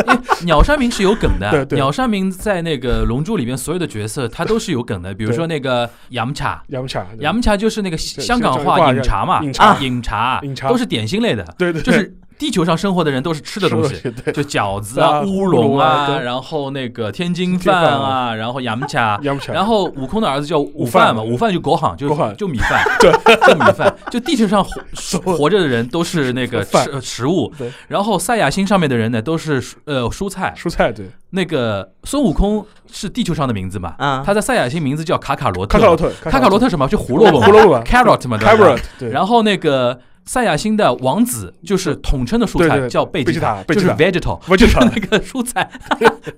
C: 因为鸟山明是有梗的
D: 对，对
C: 鸟山明在那个《龙珠》里边所有的角色，他都是有梗的。比如说那个杨茶，
D: 杨茶，对
C: 杨茶就是那个
D: 嗯对
C: 香港话饮茶嘛，啊
D: 饮茶
C: 饮茶，
D: 饮茶
C: 都是点心类的。
D: 对对
C: 就
D: 对
C: 是地球上生活的人都是吃的东西
D: 吃的东西，对
C: 就饺子
D: 啊
C: 啊、乌龙
D: 乌龙啊
C: 啊，
D: 对
C: 然后那个天津
D: 天津
C: 饭
D: 饭，
C: 啊，然后洋卡
D: 洋卡
C: 然后悟空的儿子叫午饭嘛，
D: 午饭
C: 午饭就狗喊，就
D: 狗喊
C: 就米饭， 对，就米饭，就地球上活活着的人都是那个
D: 饭
C: 吃食物
D: 对，
C: 然后赛亚星上面的人呢都是蔬呃蔬菜，
D: 蔬菜对，
C: 那个孙悟空是地球上的名字嘛？
B: 啊
C: 他在赛亚星名字叫卡卡罗特。
D: 卡卡罗特
C: 卡卡罗特什么？就胡萝卜嘛，
D: 胡萝卜
C: carrot 嘛，对吧
D: carrot，对
C: 然后那个赛亚星的王子就是统称的蔬
D: 对
C: 菜
D: 对
C: 叫贝吉塔，
D: 贝吉塔
C: 就是 vegetal，
D: vegetal
C: 就是 那个蔬菜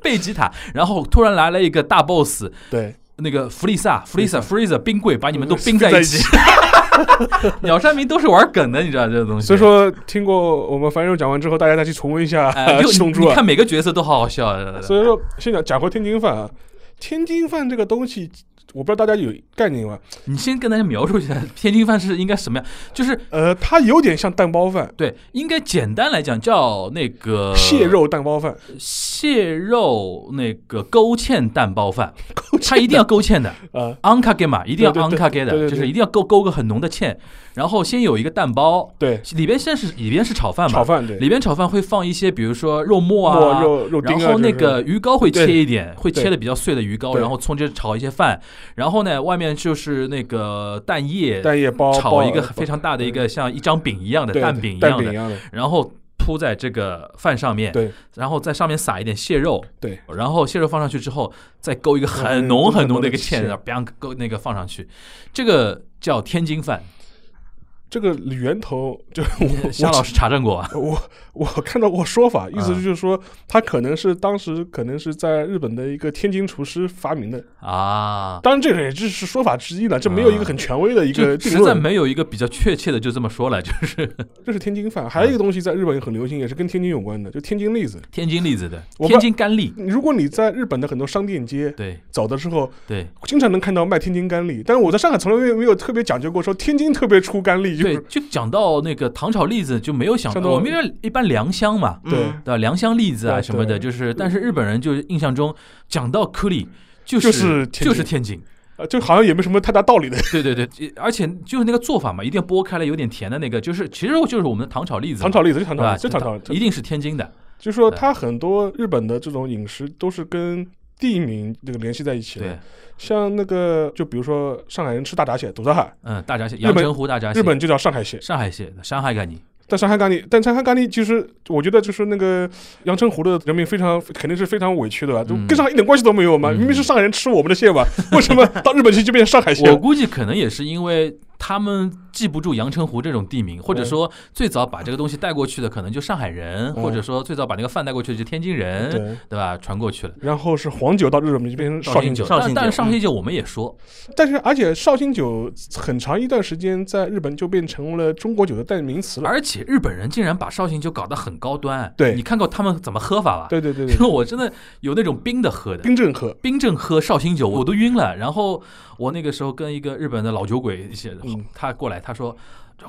C: 贝吉塔。然后突然来了一个大 boss，
D: 对，
C: 那个弗利萨、弗利萨、弗利萨冰柜把你们都冰
D: 在
C: 在
D: 一
C: 一起。 鸟山明都是玩梗的，你知道这个东西。
D: 所以说听过我们樊荣讲完之后，大家再去重温一下
C: 哎，就
D: 七龙
C: 你
D: 珠
C: 你
D: 啊
C: 看。每个角色都好好笑。对对对
D: 所以说，先讲讲回天津饭啊，天津饭这个东西，我不知道大家有概念吗？
C: 你先跟大家描述一下天津饭是应该什么样，就是
D: 呃，它有点像蛋包饭，
C: 对，应该简单来讲叫那个
D: 蟹、肉蛋包饭，
C: 蟹肉那个勾芡蛋包饭，它一定要勾芡 的。
D: 啊，
C: a n k a g e 嘛，一定要
D: 对
C: a n
D: 对对
C: k a g e
D: 对
C: 的，
D: 对对
C: 就是一定要勾勾个很浓的芡，然后先有一个蛋包，
D: 对，
C: 里边先是里边是炒饭嘛，
D: 炒饭对，
C: 里边炒饭会放一些，比如说肉末啊，
D: 末肉肉丁啊，
C: 然后那
D: 这种
C: 个鱼糕会切
D: 对
C: 一点，会
D: 对
C: 切的比较碎的鱼糕，
D: 对
C: 然后葱汁炒一些饭，然后呢，外面就是那个蛋液，
D: 蛋液包
C: 炒
D: 包
C: 一个
D: 包
C: 非常大的一个像一张饼一样的
D: 对
C: 蛋饼一
D: 蛋
C: 样
D: 饼一
C: 的，
D: 样的，
C: 然后铺在这个饭上面，
D: 对
C: 然后在上面撒一点蟹肉，
D: 对，
C: 然后蟹肉放上去之后，再勾一个很
D: 嗯
C: 浓
D: 勾
C: 很
D: 很
C: 浓
D: 浓
C: 的
D: 的
C: 一个芡，
D: 芡
C: 然后 bang 勾那个放上去，这个叫天津饭。
D: 这个源头就 我
C: 夏老师查证过啊，
D: 我我看到过说法，意思
C: 啊
D: 就是说，他可能是当时可能是在日本的一个天津厨师发明的，
C: 啊，
D: 当然这个也只是说法之一了，这没有一个很权威的一
C: 这
D: 个定
C: 实在
D: 论。
C: 没有一个比较确切的就这么说了， 就是
D: 这是天津饭，还有一个东西在日本很流行，也是跟天津有关的，就天津栗子。
C: 天津栗子的
D: 我不
C: 天津干栗，
D: 如果你在日本的很多商店街
C: 对
D: 走的时候，
C: 对。
D: 经常能看到卖天津干栗，但是我在上海从来没有没有特别讲究过，说天津特别出干栗，就
C: 对
D: 是，
C: 就讲到那个糖炒栗子，就没有想
D: 像
C: 到
D: 那种
C: 我们这一般凉香嘛，
D: 对
B: 嗯
C: 对吧？凉香栗子啊
D: 对
C: 什么的，
D: 对
C: 就是，但是日本人就是印象中讲到颗粒，就
D: 就是是天津
C: 就是天津，
D: 呃就好像也没什么太大道理的。
C: 对对对，而且就是那个做法嘛，一定要剥开来有点甜的那个，就是其实就是我们的糖炒栗子嘛，
D: 糖炒栗子就糖
C: 对
D: 炒
C: 吧？
D: 栗子，就糖炒栗子
C: 一，定是天津的，
D: 就是说
C: 对
D: 它很多日本的这种饮食都是跟地名那个联系在一起的
C: 对。，
D: 像那个就比如说上海人吃大闸蟹，堵闸海，
C: 嗯，大闸蟹，
D: 日
C: 阳
D: 本
C: 澄湖大闸蟹，
D: 日本就叫上海蟹。
C: 上海蟹，上海干你，
D: 但上海咖喱，但上海咖喱其实我觉得就是那个阳澄湖的人民非常肯定是非常委屈的吧，就
C: 嗯
D: 跟上海一点关系都没有嘛，
C: 嗯
D: 明明是上海人吃我们的蟹嘛，为 什么到日本去就变成上海蟹
C: 我
D: 了？
C: 估计可能也是因为。他们记不住阳澄湖这种地名，或者说最早把这个东西带过去的可能就上海人，
D: 嗯
C: 或者说最早把那个饭带过去的就天津人，
D: 对，
C: 对吧？传过去了。
D: 然后是黄酒到日本就变成绍兴
C: 酒，
D: 酒，
B: 绍兴
C: 但
B: 酒
C: 但是绍
B: 嗯
C: 兴酒我们也说，
D: 但是而且绍兴酒很长一段时间在日本就变成了中国酒的代名词了。
C: 而且日本人竟然把绍兴酒搞得很高端。
D: 嗯对
C: 你看过他们怎么喝法吧？
D: 对对对
C: 因为
D: 对，
C: 我真的有那种冰的喝的，
D: 冰镇喝，
C: 冰镇喝绍兴酒，我都晕了。然后我那个时候跟一个日本的老酒鬼一起，
D: 嗯
C: 他过来，他说：“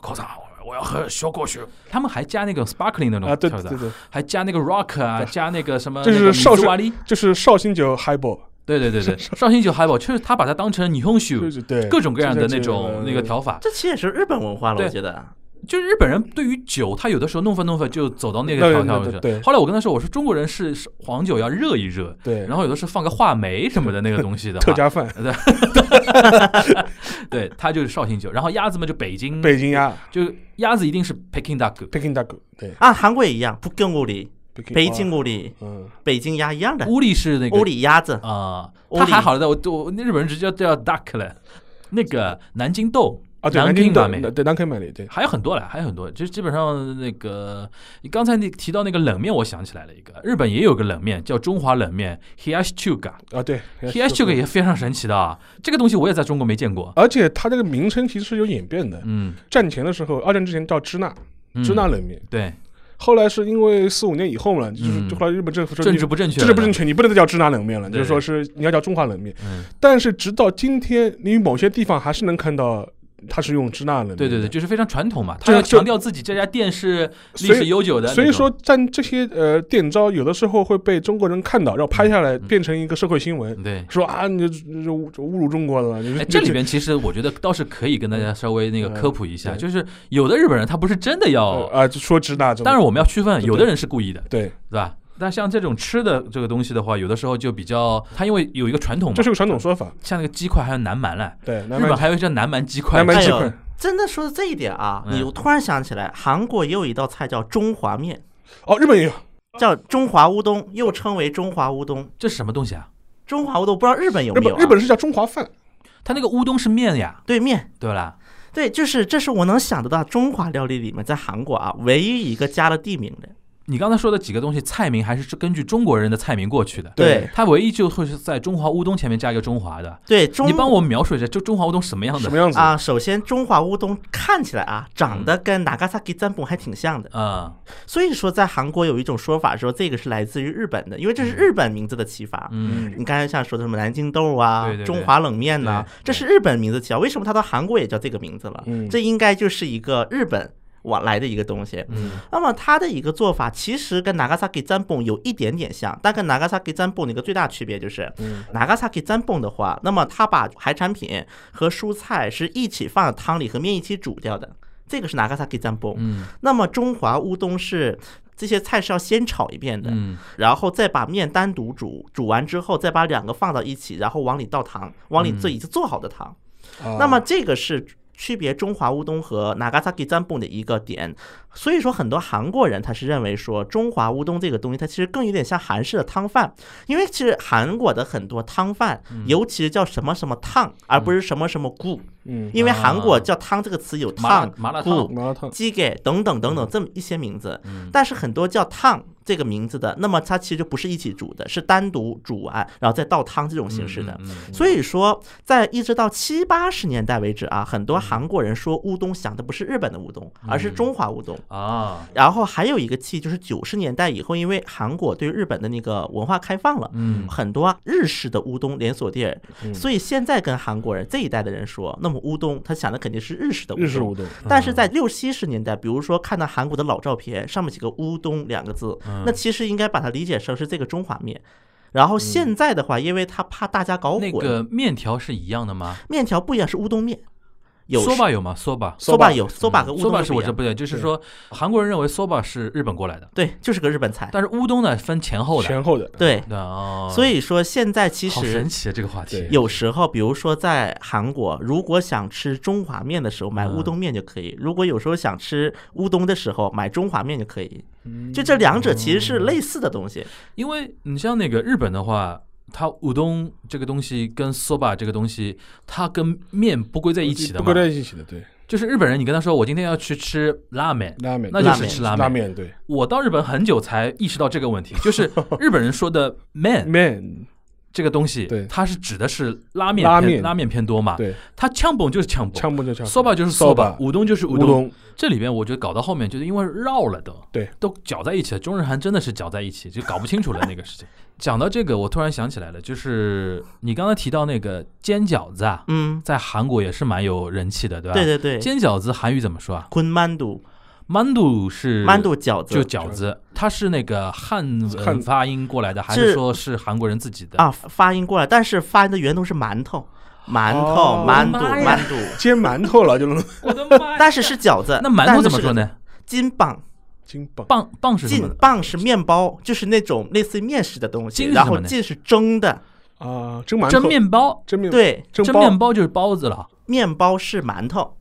C: 口长，我要喝小果酒。”他们还加那个 sparkling 那种
D: 啊，对
C: 调
D: 对
C: 的
D: 对对，
C: 还加那个 rock 啊，加那个什么，
D: 这是
C: 那个
D: 绍兴
C: 米兹 瓦利。
D: 就是绍兴酒 highball，
C: 对对对 对，绍兴酒还好，就是他把它当成你用酒
D: 就，是对
C: 各种各样的
D: 这
C: 那
D: 个
C: 种那个调法。
B: 这其实也是日本文化了，我
C: 对
B: 觉得。
C: 就日本人对于酒，他有的时候弄翻弄翻就走到那个
D: 对
C: 条
D: 对
C: 条
D: 对
C: 去了。
D: 对对
C: 后来我跟他说，我说中国人是黄酒要热一热，
D: 对
C: 然后有的是放个话梅什么的那个东西的话
D: 特加饭，
C: 对，它就是绍兴酒。然后鸭子嘛，就北京，
D: 北京鸭
C: 就鸭子一定是 Peking duck，
D: 北京大狗，对，
B: 啊，韩国也一样，不跟屋里，北京
D: 啊，
B: 屋里，
D: 嗯，
B: 北京鸭一样的，
C: 乌力是那个
B: 屋里鸭子
C: 啊，
B: 乌
C: 它
B: 里
C: 还好的，我我我日本人直接叫 duck 了。那个南京豆
D: 啊，对，南
C: 京
D: 京
C: 马
D: 的
C: 美，，
D: 对，南京买的，对，
C: 还有很多了，还有很多，就基本上那个你刚才那提到那个冷面，我想起来了一个，日本也有个冷面叫中华冷面 Hiyashi-chuka。
D: 啊，对
C: T S 这个也非常神奇的啊，这个东西我也在中国没见过。
D: 而且它这个名称其实是有演变的，
C: 嗯，
D: 战前的时候，二战之前叫支那，
C: 嗯
D: 支那冷面，
C: 对
D: 后来是因为四五年以后嘛，就是
C: 嗯
D: 就后来日本政府说
C: 政
D: 你
C: 治不正确，
D: 政治不正，确，你不能再叫支那冷面了，
C: 对
D: 就是说是你要叫中华冷面。
C: 嗯
D: 但是直到今天，你某些地方还是能看到它是用支那冷面的，
C: 对对对，就是非常传统嘛，
D: 就
C: 他要
D: 就
C: 强调自己这家店是历
D: 所以
C: 史悠久的那
D: 所以
C: 种
D: 说，但这些呃店招有的时候会被中国人看到，然后拍下
C: 嗯
D: 来变成一个社会新闻，
C: 对。
D: 说啊，你这这侮侮辱中国了，你
C: 嗯哎，这里边其实我觉得倒是可以跟大家稍微那个科普一下，
D: 嗯对
C: 就是有的日本人他不是真的
D: 呃
C: 要，
D: 啊，就说支那这种，
C: 当然哦我们要区分，
D: 对
C: 有的人是故意的，
D: 对，
C: 对吧？但像这种吃的这个东西的话，有的时候就比较，它因为有一个传统嘛，
D: 这是个传统说法，
C: 像那个鸡块还有南蛮嘞，
D: 对，南
C: 嗯日本
D: 蛮
C: 还有一叫南蛮鸡块，
D: 南蛮
B: 哎
D: 鸡
B: 呦
D: 块，
B: 真的说到这一点啊，
C: 嗯
B: 你我突然想起来，韩国也有一道菜叫中华面，
D: 哦，日本也有，
B: 叫中华乌冬，又称为中华乌冬。
C: 这是什么东西啊？
B: 中华乌冬不知道日本有
D: 日
B: 没有、
D: 本
B: 啊？
D: 日本是叫中华饭，
C: 它那个乌冬是面呀，
B: 对面
C: 对吧？
B: 对，就是这是我能想得到中华料理里面在韩国啊唯一一个加了地名的。
C: 你刚才说的几个东西，菜名还是根据中国人的菜名过去的。
B: 对
C: 它唯一就会是在中华乌冬前面加一个中华的。
B: 对，中
C: 你帮我描述一下，就中华乌冬什么样
D: 什
C: 的
D: 么？样子？
B: 啊，首先中华乌冬看起来啊，长得跟 Nagasaki 占卜还挺像的，
C: 嗯，
B: 所以说在韩国有一种说法说这个是来自于日本的，因为这是日本名字的起法。
C: 嗯，
B: 你刚才像说的什么南京豆啊、
C: 对对对
B: 中华冷面呐、
C: 对对
B: 这是日本名字起啊，为什么它到韩国也叫这个名字了？
D: 嗯
B: 这应该就是一个日本。往来的一个东西，
C: 嗯
B: 那么它的一个做法其实跟 Nagasaki 占卜有一点点像，但跟 Nagasaki 占卜的一个最大区别就是，
D: 嗯
B: Nagasaki 占蹦的话，那么它把海产品和蔬菜是一起放在汤里和面一起煮掉的，这个是 Nagasaki 占蹦。
C: 嗯
B: 那么中华乌冬是这些菜是要先炒一遍的，
C: 嗯，
B: 然后再把面单独煮，煮完之后再把两个放到一起，然后往里倒糖，往
C: 嗯
B: 里做已经做好的糖。
D: 啊
C: 哦
B: 那么这个是。区别中华乌冬和 Nagasaki 占蹦的一个点，所以说很多韩国人他是认为说中华乌冬这个东西它其实更有点像韩式的汤饭，因为其实韩国的很多汤饭，
C: 嗯
B: 尤其是叫什么什么烫，而不是什么什么固，
D: 嗯，
B: 因为韩国
C: 啊
B: 叫汤这个词有
C: 麻辣
B: 烫、
C: 麻辣烫
B: 固、
D: 麻辣烫，
B: 鸡给等等等
C: 嗯
B: 等这么一些名字，但是很多叫烫这个名字的，那么它其实就不是一起煮的，是单独煮完然后再倒汤这种形式的。
C: 嗯，嗯嗯
B: 所以说，在一直到七八十年代为止啊，很
C: 嗯
B: 多韩国人说乌冬想的不是日本的乌冬，而是中华乌冬。
C: 啊，
B: 然后还有一个气就是九十年代以后，因为韩国对日本的那个文化开放了，
C: 嗯
B: 很多日式的乌冬连锁店，
D: 嗯
B: 所以现在跟韩国人这一代的人说，那么乌冬他想的肯定是日式的乌冬。
D: 日式乌冬，
B: 但
C: 嗯
B: 是在六七十年代，比如说看到韩国的老照片，上面写个“乌冬”两个字，
C: 嗯
B: 那其实应该把它理解成是这个中华面。然后现在的话，因为他怕大家搞
C: 嗯那
B: 混，
C: 个面条是一样的吗？
B: 面条不一样是乌冬面，有
C: 说吧有吗？说吧，
B: 说吧有说吧和乌
C: 说
B: 冬
C: 吧
B: 面
C: 嗯是我这不对，就是说韩国人认为说吧是日本过来的，
B: 对，就是个日本菜，
C: 但是乌冬呢分前后的，
D: 前后的，
B: 对。
C: 对哦，
B: 所以说现在其
C: 好神
B: 实
C: 奇啊这个话题
D: 对，
B: 有时候，比如说在韩国，如果想吃中华面的时候买
C: 嗯
B: 乌冬面就可以；如果有时候想吃乌冬的时候买中华面就可以。
C: 嗯
B: 就这两者其实是类似的东西。
C: 因为你像那个日本的话，它乌冬这个东西跟 soba 这个东西，它跟面不归在一起的
D: 不
C: 嘛
D: 搁。在一起的，对，
C: 就是日本人，你跟他说我今天要去吃拉面，
D: 拉面，
C: 那
B: 就
D: 拉
B: 是
D: 面
B: 吃
C: 拉面
D: 拉面，对，
C: 我到日本很久才意识到这个问题， 就是日本人说的 man
D: 面，
C: 这个东西，
D: 嗯对
C: 它是指的是拉面
D: 拉
C: 偏
D: 面
C: 拉面偏多嘛。，
D: 对，
C: 它呛崩就是呛崩
D: 枪不就枪
C: soba 就是
D: soba，
C: soba，乌冬就是
D: 乌
C: 冬。
D: 冬，
C: 这里边我觉得搞到后面就是因为绕了都，
D: 对，
C: 都搅在一起了。中日韩真的是搅在一起，就搞不清楚了那个事情。 讲到这个，我突然想起来了，就是你刚才提到那个煎饺子啊，
B: 嗯，
C: 在韩国也是蛮有人气的，对吧？
B: 对对对，
C: 煎饺子韩语怎么说啊？
B: 昆曼度，
C: 만두是
B: 曼度饺子
C: 就饺子，它是那个汉文
D: 汉
C: 发音过来的，还
B: 是
C: 是说是韩国人自己的？
B: 啊，发音过来，但是发音的源头是馒头，馒
D: 哦
B: 头，馒
C: 我
B: 头，
C: 的妈呀
B: 馒头，
D: 煎馒头了就能
C: 我的妈呀！
B: 但是是饺子。
C: 那馒头怎
B: 但是
C: 么说
B: 是个？
C: 呢？
B: 金棒，
D: 金棒，
C: 棒棒是什么
B: 金？棒是面包，就是那种类似于面食的东西，
C: 金是
B: 然
C: 什么
B: 后
C: 呢
B: 金是蒸的，
D: 啊，蒸馒头，
C: 蒸面包，
D: 蒸面，
B: 对，
D: 蒸
C: 蒸
D: 包
C: 面包就是包子了。
B: 面包是馒头，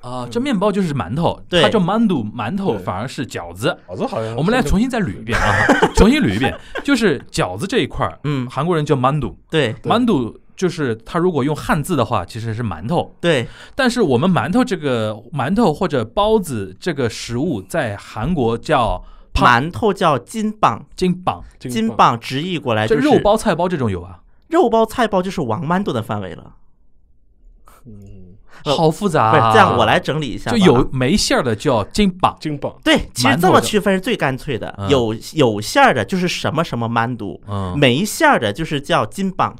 C: 啊，这面包就是馒头，
B: 对
C: 它叫馒头，馒头
D: 嗯对嗯
C: 反而是饺子。
D: 饺子好像
C: 我们来重新再捋一遍啊， 重新捋一遍，就是饺子这一块儿，
B: 嗯
C: 韩国人叫馒头，
B: 对
D: 对
C: 馒头就是它如果用汉字的话，其实是馒头。
B: 对，
C: 但是我们馒头这个馒头或者包子这个食物，在韩国叫胖
B: 馒头叫金棒，
C: 金棒，
B: 金
D: 棒，
B: 棒直译过来
C: 这
B: 哎就是
C: 肉包、菜包这种有啊，
B: 肉包、菜包就是王馒头的范围了。
D: 嗯，
B: 呃
C: 好复杂
B: 不是
C: 啊。
B: 这样，我来整理一下吧，
C: 就有没馅儿的叫金棒，
D: 金棒，
B: 对，其
C: 馒
B: 实
C: 头
B: 这么
C: 的
B: 区分是最干脆的
C: 嗯。
B: 有有馅儿的，就是什么什么馒肚；
C: 嗯
B: 没馅儿的，就是叫金棒；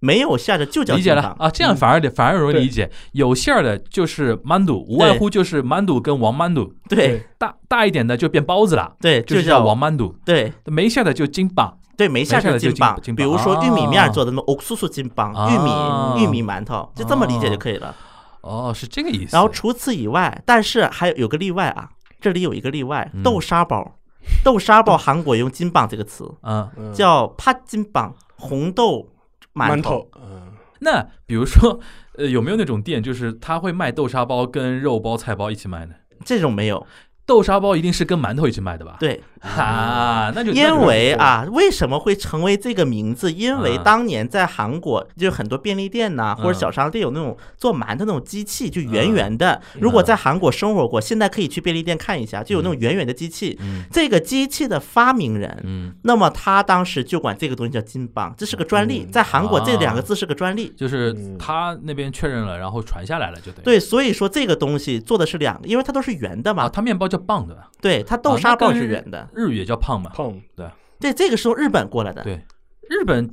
B: 没有馅儿的就叫
C: 理解
B: 金嗯
C: 了
B: 榜。
C: 啊，这样反而得反而容易
D: 对
C: 理解。有馅儿的就是馒头，无外乎就是馒头跟王馒头。
B: 对
C: 大大一点的就变包子了，
B: 对，
C: 就是
B: 叫
C: 叫王馒头。
B: 对
C: 没馅儿的就金榜。
B: 对，没馅
C: 馅
B: 儿
C: 儿的
B: 金
C: 就
B: 榜
C: 金金，
B: 比
C: 榜
B: 如说玉米面儿做的那么欧苏苏金榜，玉米玉
C: 啊
B: 米馒头，就这么理解就可以了。
C: 哦，是这个意思。
B: 然后除此以外，但是还有个例外啊，这里有一个例外，
C: 嗯
B: 豆沙包，豆沙包韩国用金榜这个词
C: 嗯，
D: 嗯
B: 叫帕金榜，红豆馒
D: 馒
B: 头。，
D: 嗯，
C: 那比如说，呃，有没有那种店，就是他会卖豆沙包跟肉包、菜包一起卖呢？
B: 这种没有，
C: 豆沙包一定是跟馒头一起卖的吧？，
B: 对，
C: 哈，那就那
B: 因
C: 就
B: 为啊，为什么会成为这个名字？因为
C: 啊
B: 当年在韩国，就很多便利店呐、或者
C: 嗯
B: 小商店有那种做馒头那种机器，就圆圆的。如
C: 嗯
B: 果在韩国生活过，现在可以去便利店看一下，就有那种圆圆的机器。
C: 嗯
B: 这个机器的发明人，
C: 嗯，
B: 那么他当时就管这个东西叫金榜，这是个专利，
D: 嗯
B: 在韩国这
C: 啊
B: 两个字是个专利。
C: 就是
D: 嗯
C: 他那边确认了，然后传下来了，就等于
B: 对，所以说这个东西做的是两个，因为它都是圆的
C: 啊，
B: 嘛。
C: 他面包叫棒对吧？
B: 对，它豆
C: 啊
B: 沙
C: 那
B: 包
C: 跟
B: 是圆的。
C: 日语也叫胖嘛。
D: 胖
B: 对，这个是从日本过来的。
C: 对，日本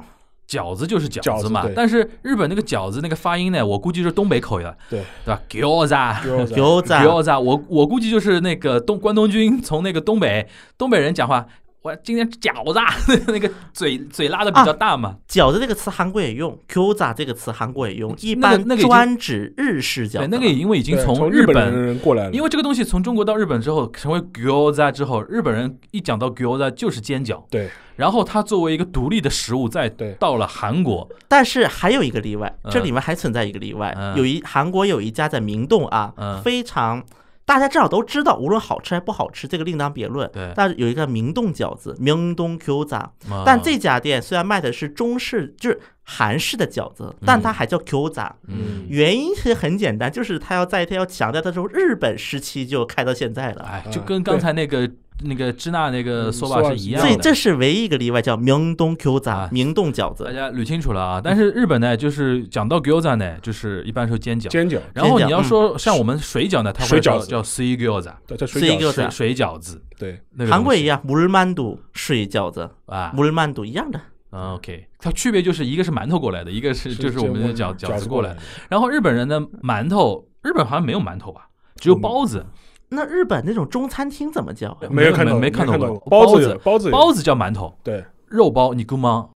C: 饺子就是饺子嘛
D: 饺子对，
C: 但是日本那个饺子那个发音呢，我估计是东北口音了，
D: 对
C: 对吧？gyoza。
D: ，gyoza，
B: 油子啊，
C: gyoza，我我估计就是那个东关东军从那个东北东北人讲话，我今天吃饺子，啊 那个嘴嘴拉的比较大嘛，
B: 饺子这个词韩国也用，gyoza 这个词韩国也用，一
C: 那个
B: 般
C: 嗯那个已经
B: 专指日式饺
C: 对，
B: 子。啊
C: 那个因为已经
D: 对从
C: 日
D: 本的人过来了，
C: 因为这个东西从中国到日本之后，成为 gyoza 之后，日本人一讲到 gyoza 就是煎饺，
D: 对，
C: 然后它作为一个独立的食物，再
D: 对
C: 到了韩国，
B: 但是还有一个例外，
C: 嗯
B: 这里面还存在一个例外，
C: 嗯
B: 有一韩国有一家在明洞啊，
C: 嗯
B: 非常大家至少都知道，无论好吃还不好吃，这个另当别论。
C: 对
B: 但有一个明洞饺子，明洞 gyoza，
C: 啊
B: 但这家店虽然卖的是中式，就是韩式的饺子，但它还叫 gyoza。
C: 嗯，
B: 原因是很简单，就是它要在它要强调它从日本时期就开到现在了。
C: 哎，
D: 啊
C: 就跟
D: 对
C: 刚才那个那个支那那个
D: 嗯
C: 说
D: 说
C: 法
D: 法
C: 是一
D: 是一
C: 样
B: 所以
C: 的，
B: 这是唯一一个例外，叫明洞 Q 杂
C: 啊，
B: 明洞饺
C: 大
B: 子。
C: 家捋清楚了啊。但是日本呢，就是讲到 gyoza 呢，就是一般说煎饺，
D: 煎饺，
C: 然后
B: 煎饺
C: 你要说像我们水饺呢，它会
D: 水饺
C: 叫
D: 子
C: 叫 sea gyoza，
D: 对，叫水
B: 是一
D: 饺，
B: 个 gyoza
C: 水水饺子，
D: 对，
C: 那个
B: 韩国
C: 东西
B: 也一样，물만두水饺子，
C: 啊。
B: 물만두一样的。
C: 嗯 OK，它区别就是一个是馒头过来的，一个是就是我们的
D: 煎
C: 饺饺
D: 子
C: 子过来
D: 来
C: 的
D: 的。，
C: 然后日本人的馒头，日本好像没有馒头吧，只
D: 嗯
C: 有包子，
B: 那日本那种中餐厅怎么叫啊？
D: 没有看到，
C: 没没看
D: 看
C: 到
D: 到
C: 过
D: 包
C: 包
D: 子
C: 子
D: 有，包子有，
C: 包子叫馒头，
D: 对，
C: 肉包你姑妈。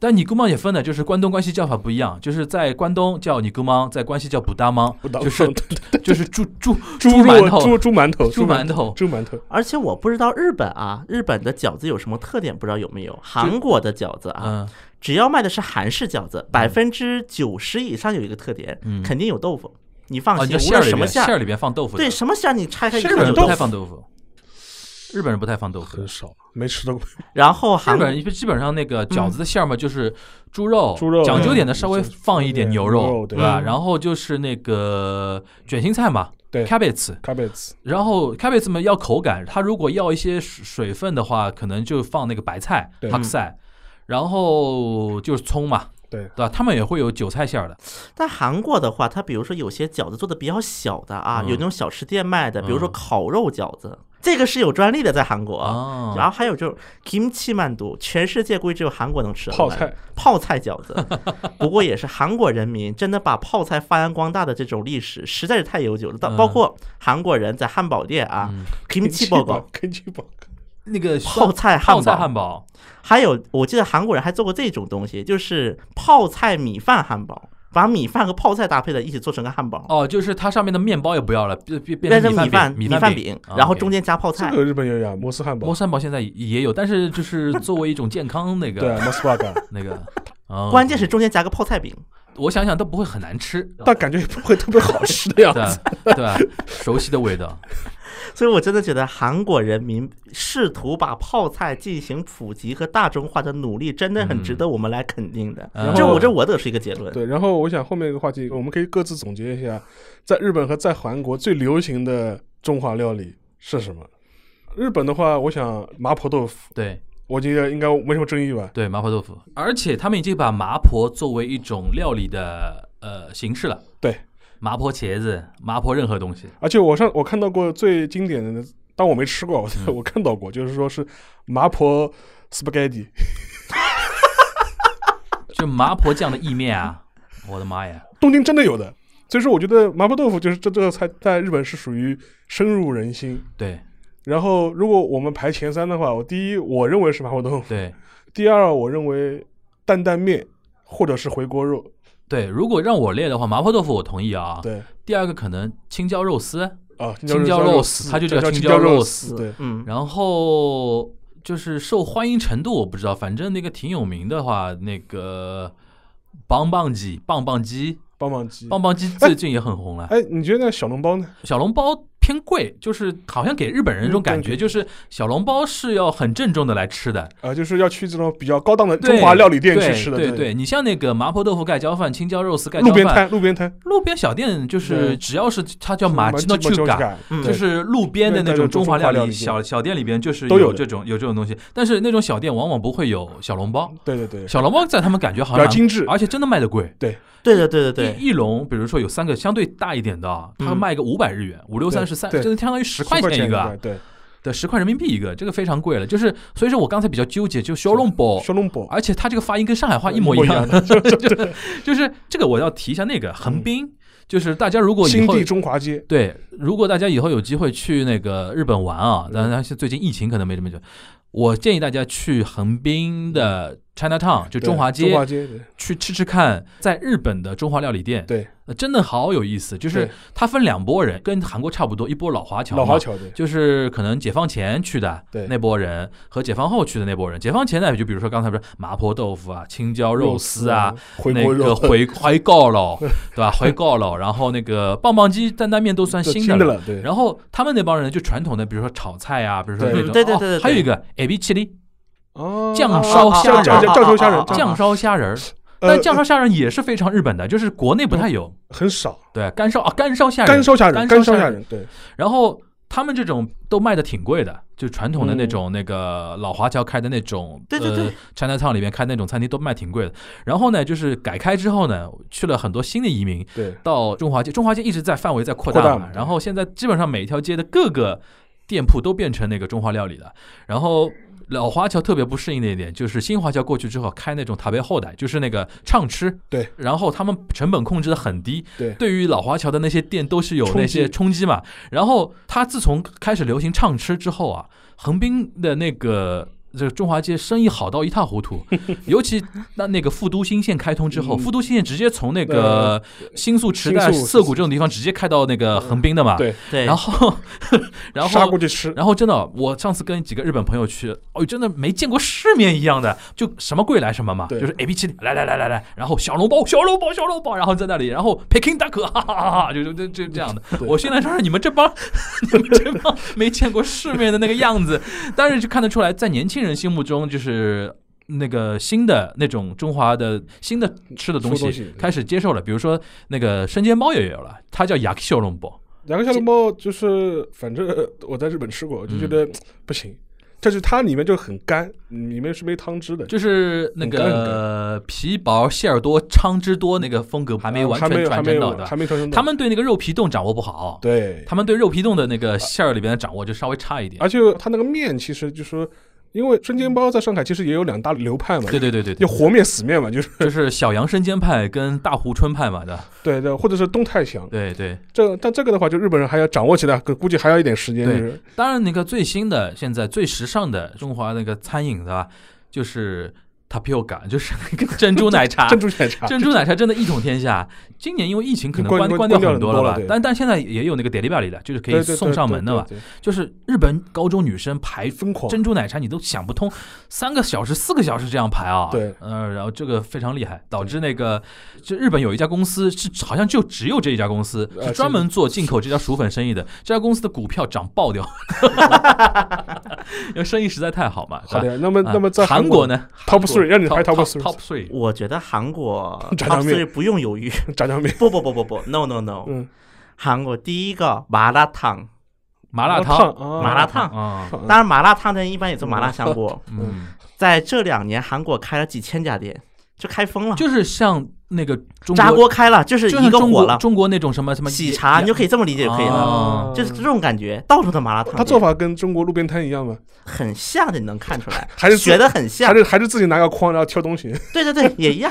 C: 但你姑妈也分的，就是关东关西叫法不一样，就是在关东叫你姑妈，在关西叫补大妈，
D: 不 当
C: 就是就是猪猪
D: 猪肉
C: 馒头，
D: 猪猪馒头，
C: 猪馒头。
D: 猪馒头，
B: 而且我不知道日本啊，日本的饺子有什么特点，不知道有没有？韩国的饺子啊，
C: 嗯，
B: 只要卖的是韩式饺子，百分之九十以上有一个特点，
C: 嗯
B: 肯定有豆腐。你放
C: 啊，你
B: 心，无
C: 叫馅儿
B: 论
C: 里
B: 什么
C: 边，馅儿
B: 儿，
C: 里边放豆腐的，
B: 对什么馅儿你拆开一
D: 日
C: 日本
B: 看
C: 人
B: 就
C: 不
B: 豆
C: 太
B: 腐。
C: 放豆腐，日本人不太放豆腐
D: 很。少，没吃到过。
B: 然后
C: 日
B: 韩
C: 本人基本上那个饺子的馅儿嘛，就是猪肉，
D: 嗯猪肉
C: 讲究
D: 嗯
C: 点的稍微放一点牛
D: 牛
C: 肉，
D: 肉
C: 对
D: 对
C: 吧？
B: 嗯
C: 然后就是那个卷心菜嘛，
D: 对
C: cabbage，
D: cabbage，
C: 然后 cabbage 嘛要口感，它如果要一些水水分的话，可能就放那个白菜
D: 对
C: p a 菜，然后就是葱嘛，
D: 对
C: 对吧？他们也会有韭菜馅儿的，
B: 但韩国的话，它比如说有些饺子做的比较小的啊，
C: 嗯
B: 有那种小吃店卖的，比如说
C: 嗯
B: 烤肉饺子，这个是有专利的，在韩国。
C: 哦
B: 然后还有就是 kimchi 曼都，全世界估计只有韩国能吃得
D: 泡
B: 完
D: 菜
B: 泡菜饺 子。不过也是韩国人民真的把泡菜发扬光大的这种历史实在是太悠久了。到
C: 嗯
B: 包括韩国人在汉堡店啊，kimchi 包 狗，
D: 根基堡，
C: 那个
B: 泡菜汉堡
C: 泡菜汉堡，
B: 还有我记得韩国人还做过这种东西，就是泡菜米饭汉堡，把米饭和泡菜搭配在一起做成个汉堡。
C: 哦，就是它上面的面包也不要了，变变
B: 变成
C: 米
B: 饭
C: 饼，米
B: 饭
C: 饼
B: 饼，，然后中
C: 间。
B: 间加泡
D: 这
B: 菜。
D: 个日本也有呀，摩斯 汉堡
C: 摩，斯汉堡现在也有，但是就是作为一种健康那个，
D: 对，摩斯巴嘎，
C: 那个，哦
B: 关键是中间加个泡菜饼，
C: 我想想都不会很难吃，
D: 但感觉也不会特别好吃的样
C: 对
D: 子。
C: 对，熟悉的味道，
B: 所以我真的觉得韩国人民试图把泡菜进行普及和大众化的努力，真的很值得我们来肯定的
C: 嗯。
B: 这
D: 然后
B: 我这我得出一个结论，
D: 对，然后我想后面一个话题，我们可以各自总结一下，在日本和在韩国最流行的中华料理是什么？日本的话，我想麻婆豆腐，
C: 对
D: 我觉得应该没什么争议吧。
C: 对，麻婆豆腐，而且他们已经把麻婆作为一种料理的呃形式了，
D: 对，
C: 麻婆茄子、麻婆任何东西，
D: 而且我上我看到过最经典的，当我没吃过，我、我 看到过，就是说是麻婆 spaghetti，
C: 是麻婆酱的意面啊！我的妈呀！
D: 东京真的有的。所以说，我觉得麻婆豆腐就是这这个菜在日本是属于深入人心。
C: 对
D: 然后，如果我们排前三的话，我第一我认为是麻婆豆腐，
C: 对
D: 第二我认为担担面或者是回锅肉。
C: 对，如果让我列的话，麻婆豆腐我同意啊。
D: 对
C: 第二个可能青椒肉丝，
D: 啊，
C: 青椒
D: 椒
C: 肉丝
D: 丝，
C: 它就
D: 叫
C: 叫青
D: 青
C: 椒肉
D: 肉
C: 丝
D: 对，
B: 嗯，
C: 然后就是受欢迎程度我不知道，反正那个挺有名的话，那个棒棒鸡、棒棒鸡、
D: 棒棒鸡。
C: 棒棒鸡最近也很红了。
D: 哎，你觉得那小笼包呢？
C: 小笼包偏贵，就是好像给日本人一种感
D: 嗯
C: 觉，
D: 对
C: 就是小笼包是要很郑重的来吃的。
D: 啊，就是要去这种比较高档的
C: 对
D: 中华料理店
C: 对
D: 去吃的，
C: 对对，你像那个麻婆豆腐盖浇饭、青椒肉丝盖
D: 路
C: 浇
D: 边
C: 饭，
D: 摊，路边摊
C: 路边小店就是
D: 对
C: 只要是它叫马吉诺
D: 基本上
C: 丘
D: 就
C: 嘎，
D: 是
B: 嗯
C: 就
D: 对
C: 是路边的
D: 对
C: 那
D: 那
C: 种
D: 种
C: 中
D: 中
C: 华
D: 华
C: 料
D: 料
C: 理
D: 理
C: 小小店里边，就是
D: 都有的
C: 这种有这种东西，但是那种小店往往不会有小笼包。
D: 对对对，
C: 小笼包在他们感觉好
D: 比
C: 像
D: 较
C: 蛮
D: 精致。
C: 而且真的卖的贵。
B: 对的，对对对，
C: 一一笼，比如说有三个相对大一点的啊，它
B: 嗯
C: 卖个五百日元，五六三十三，
D: 对
C: 就是相当于十块钱
D: 钱
C: 一个啊，
D: 对，
C: 对，十块人民币一个，这个非常贵了。就是所以说我刚才比较纠结，就小笼包，
D: 小笼包，
C: 而且它这个发音跟上海话一
D: 一
C: 模
D: 模一
C: 样
D: 样，
C: 就就就是这个我要提一下那个横滨，就是大家如果以
D: 嗯新
C: 后
D: 地中华街，
C: 对，如果大家以后有机会去那个日本玩
D: 嗯
C: 啊，当然现最近疫情可能没这么久，我建议大家去横滨的 China Town，就
D: 嗯对
C: 中华街，
D: 中华街，对
C: 去吃吃看，在日本的中华料理店，
D: 对
C: 呃真的好有意思。就是
D: 对
C: 它分两拨人，跟韩国差不多，一波老华侨，
D: 老华，侨对，
C: 就是可能解放前去的
D: 对
C: 那波人和解放后去的那波人。解放前呢，就比如说刚才不是麻婆豆腐啊、青椒肉丝啊。，
D: 回锅
C: 那个
D: 肉，
C: 回回告 了，对吧？回告了，然后那个棒棒鸡、担担面都算
D: 这
C: 新
D: 新
C: 了。
D: 了，对，
C: 然后他们那帮人就传统的，比如说炒菜啊，比如说那
D: 对
B: 嗯
C: 种，
B: 对对
C: 哦
B: 对对对
C: 还有一个 A B 七里
D: 哦
C: 酱
D: 啊
C: 烧
D: 啊
C: 虾
D: 啊
C: 仁
D: 酱酱酱油虾仁
B: 啊
C: 酱烧虾仁儿，
D: 呃
C: 但酱烧虾仁也是非常日本的，就是国内不太有。
D: 很少，
C: 对，干烧啊，干烧虾仁，
D: 干烧虾仁，
C: 干
D: 干
C: 烧
D: 烧
C: 虾
D: 虾
C: 仁
D: 仁，对，
C: 然后他们这种都卖的挺贵的，就传统的那
D: 嗯
C: 种那个老华侨开的那种，
B: 对对对
C: 呃，China Town 里面开那种餐厅都卖挺贵的。然后呢，就是改开之后呢，去了很多新的移民
D: 对，
C: 到中华街，中华街一直在范围在扩大嘛，
D: 扩大嘛对
C: 然后现在基本上每一条街的各个店铺都变成那个中华料理了，然后。老华侨特别不适应的一点就是新华侨过去之后开那种塔贝后代，就是那个畅吃，
D: 对，
C: 然后他们成本控制的很低，
D: 对
C: 对于老华侨的那些店都是有
D: 冲击
C: 那些冲击嘛。然后他自从开始流行畅吃之后啊，横滨的那个这个中华街生意好到一塌糊 涂，尤其那那个富都新线开通之后，
D: 嗯
C: 富都新线直接从那个新宿池袋、
D: 新宿
C: 涩谷这种地方直接开到那个横滨的嘛。
D: 对，
B: 对，
C: 然后， 然
D: 杀过
C: 后。
D: 去吃，
C: 然后真的，我上次跟几个日本朋友去，哦，真的没见过世面一样的，就什么贵来什么嘛，
D: 对
C: 就是 A B 七来来来来来，然后小笼包小笼包小笼包，然后在那里，然后 Peking duck，哈哈 哈哈，就就就就这样的。
D: 对
C: 我现在说说你们这帮 你们这帮没见过世面的那个样子，但是就看得出来，在年轻人心目中就是。那个新的那种中华的新的吃的东
D: 吃的
C: 西
D: 东西
C: 开始接受了，比如说那个生煎包也有了，它叫 yaki 小笼包，
D: 两个小笼包就是，反正呃我在日本吃过，我就觉
C: 嗯
D: 得不行，但是它里面就很干，里面是没汤汁的，
C: 就是那个皮薄馅儿多、汤汁多那个风格还没完
D: 啊还没
C: 全
D: 有还
C: 传
D: 没
C: 承到，
D: 有
C: 对
D: 还
C: 吧？
D: 没传承到，
C: 他们对那个肉皮冻掌握不好，
D: 对，
C: 他们对肉皮冻的那个馅儿里边的掌握就稍微差一点。
D: 而且它那个面其实就说，因为生煎包在上海其实也有两大流派嘛，
C: 对对对对
D: 就
C: 对，
D: 和面死面 嘛，就是
C: 就是小杨生煎派跟大湖春派嘛的，
D: 对对，或者是东太祥。
C: 对对。
D: 这但这个的话，就日本人还要掌握起来，可估计还要一点时间。
C: 对
D: 就是
C: 当然，那个最新的、现在最时尚的中华那个餐饮，对吧？就是 tapioca，就是那个珍珠奶茶。
D: 珍珠啊奶茶，
C: 珍珠奶啊茶真的一统天下。今年因为疫情可能
D: 关
C: 关
D: 关
C: 掉
D: 掉
C: 很
D: 很
C: 多
D: 多
C: 吧
D: 了对，
C: 但但现在也有那个 delivery 的，就是可以
D: 对对对
C: 送上
D: 对
C: 门
D: 对
C: 的嘛。
D: 对对
C: 就是日本高中女生排
D: 疯狂
C: 珍珠奶茶，你都想不通，三个小时、四个小时这样排啊。
D: 对
C: 呃，然后这个非常厉害，导致那个就日本有一家公司是好像就只有这一家公司
D: 呃
C: 是专门做进口这家薯粉生意的，这家公司的股票涨爆掉， 因为生意实在太好嘛。
D: 好
C: 是吧，
D: 的。那么
C: 啊
D: 那么在
C: 韩国
D: 国
C: 呢
D: Top three，让你排
C: top
D: top
C: top
D: three
C: top three，
B: 我觉得韩国
D: 炸酱
B: top
D: 面
B: three 不用犹豫，
D: 炸酱面，
B: 不不不不不，no no no，
D: 嗯，
B: 韩国第一个麻辣烫，
C: 麻辣
D: 烫
C: 烫，
D: 啊，
B: 麻辣烫，
C: 啊，
D: 烫
B: 当然麻辣烫店一般也做麻辣香锅，
C: 嗯，
B: 在这两年韩国开了几千家店，就开封了，
C: 就是像那个中
B: 炸
C: 国，
B: 锅开了，就是
C: 就
B: 一
C: 像
B: 个
C: 中
B: 火
C: 国
B: 了，
C: 中国那种什么什么
B: 喜茶，你就可以这么理解就可以了，
C: 啊
B: 就是这种感觉，到处的麻辣烫，
D: 他做法跟中国路边摊一样吗？
B: 很像的，你能看出来，
D: 还是自
B: 学的很像
D: 还，是还是自己拿个筐然后挑东西
B: 对对对，也一 样，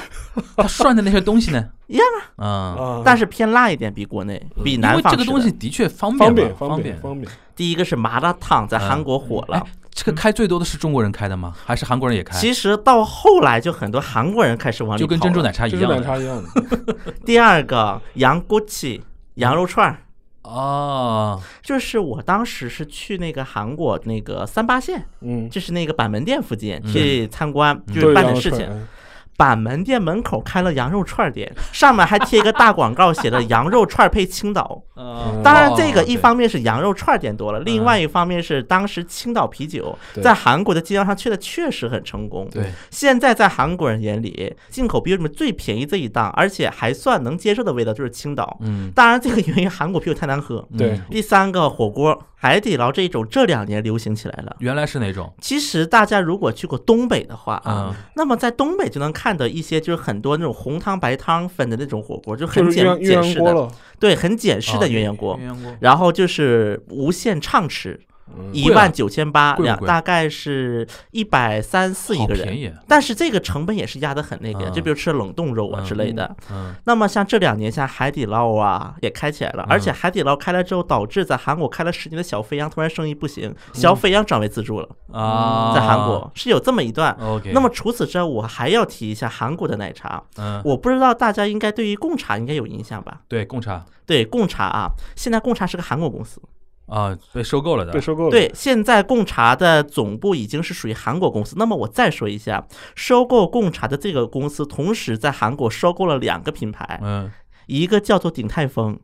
C: 他涮的那些东西呢
B: 一样
C: 啊，嗯，
D: 啊？
B: 但是偏辣一点，比国内比
C: 因
B: 南
C: 为
B: 方
C: 这个
B: 吃
C: 东
B: 的
C: 西的确方
D: 方
C: 便嘛
D: 便
C: 方
D: 便方便，
B: 第一个是麻辣烫，在
C: 嗯
B: 韩国火了
C: 哎。这个开最多的是中国人开的吗？还是韩国人也
D: 哎
C: 开？
B: 其实到后来，就很多韩国人开始往里
C: 就跟
B: 跑
C: 珍珠
B: 了
C: 奶茶一
D: 就
C: 样
D: 是
C: 的
D: 奶茶一样的。
B: 第二个羊锅气羊肉串儿，
C: 哦，
B: 就是我当时是去那个韩国那个三八线，
D: 嗯，
B: 就是那个板门店附近
C: 嗯
B: 去参观，就
D: 对
B: 是办点
D: 羊肉
B: 事
D: 串
B: 情。
D: 嗯
B: 板门店门口开了羊肉串儿店，上面还贴一个大广告，写的羊肉串儿配青岛。
C: 呃
B: 当然，这个一
C: 哦
B: 方面是羊肉串儿店多了，另
C: 嗯
B: 外一方面是当时青岛啤酒
D: 对
B: 在韩国的经销商确的确实很成功。
C: 对，对
B: 现在在韩国人眼里，进口啤酒里面最便宜这一档，而且还算能接受的味道就是青岛。
C: 嗯，
B: 当然，这个原因韩国啤酒太难喝。
D: 对
C: 嗯，
B: 第三个火锅，海底捞这一种这两年流行起来了。
C: 原来是哪种？
B: 其实大家如果去过东北的话啊，
C: 嗯
B: 那么在东北就能看到一些就是很多那种红汤白汤粉的那种火锅，就
D: 就
B: 很
D: 是鸳鸯
B: 简简
D: 鸳鸯
B: 式
D: 锅
B: 的，
D: 了，
B: 对，很简式的
C: 啊
B: 鸳鸯锅。
C: 鸳鸯锅，
B: 然后就是无限畅吃，
D: 嗯
B: 一万九千八，
C: 啊贵不
B: 两
C: 贵
B: 大概是一百三四一
C: 好
B: 个人
C: 便，宜，啊
B: 但是这个成本也是压得很那个，
C: 嗯
B: 就比如吃冷冻肉啊之类的。
C: 嗯，
B: 那么像这两年，像海底捞啊也开起来了，而且
C: 嗯
B: 海底捞开了之后，导致在韩国开了十年的小肥羊突然生意不行，小肥羊转为自助了，
C: 嗯啊，
B: 在韩国是有这么一段。
C: ，OK，
B: 那么除此之外，我还要提一下韩国的奶茶，
C: 嗯，
B: 我不知道大家应该对于贡茶应该有印象吧？
C: 对，贡茶
B: 对，贡茶啊，现在贡茶是个韩国公司，
C: 啊被收购了的
D: 被，收购了。
B: 对，现在贡茶的总部已经是属于韩国公司。那么我再说一下，收购贡茶的这个公司，同时在韩国收购了两个品牌，
C: 嗯
B: 一个叫做鼎泰 丰，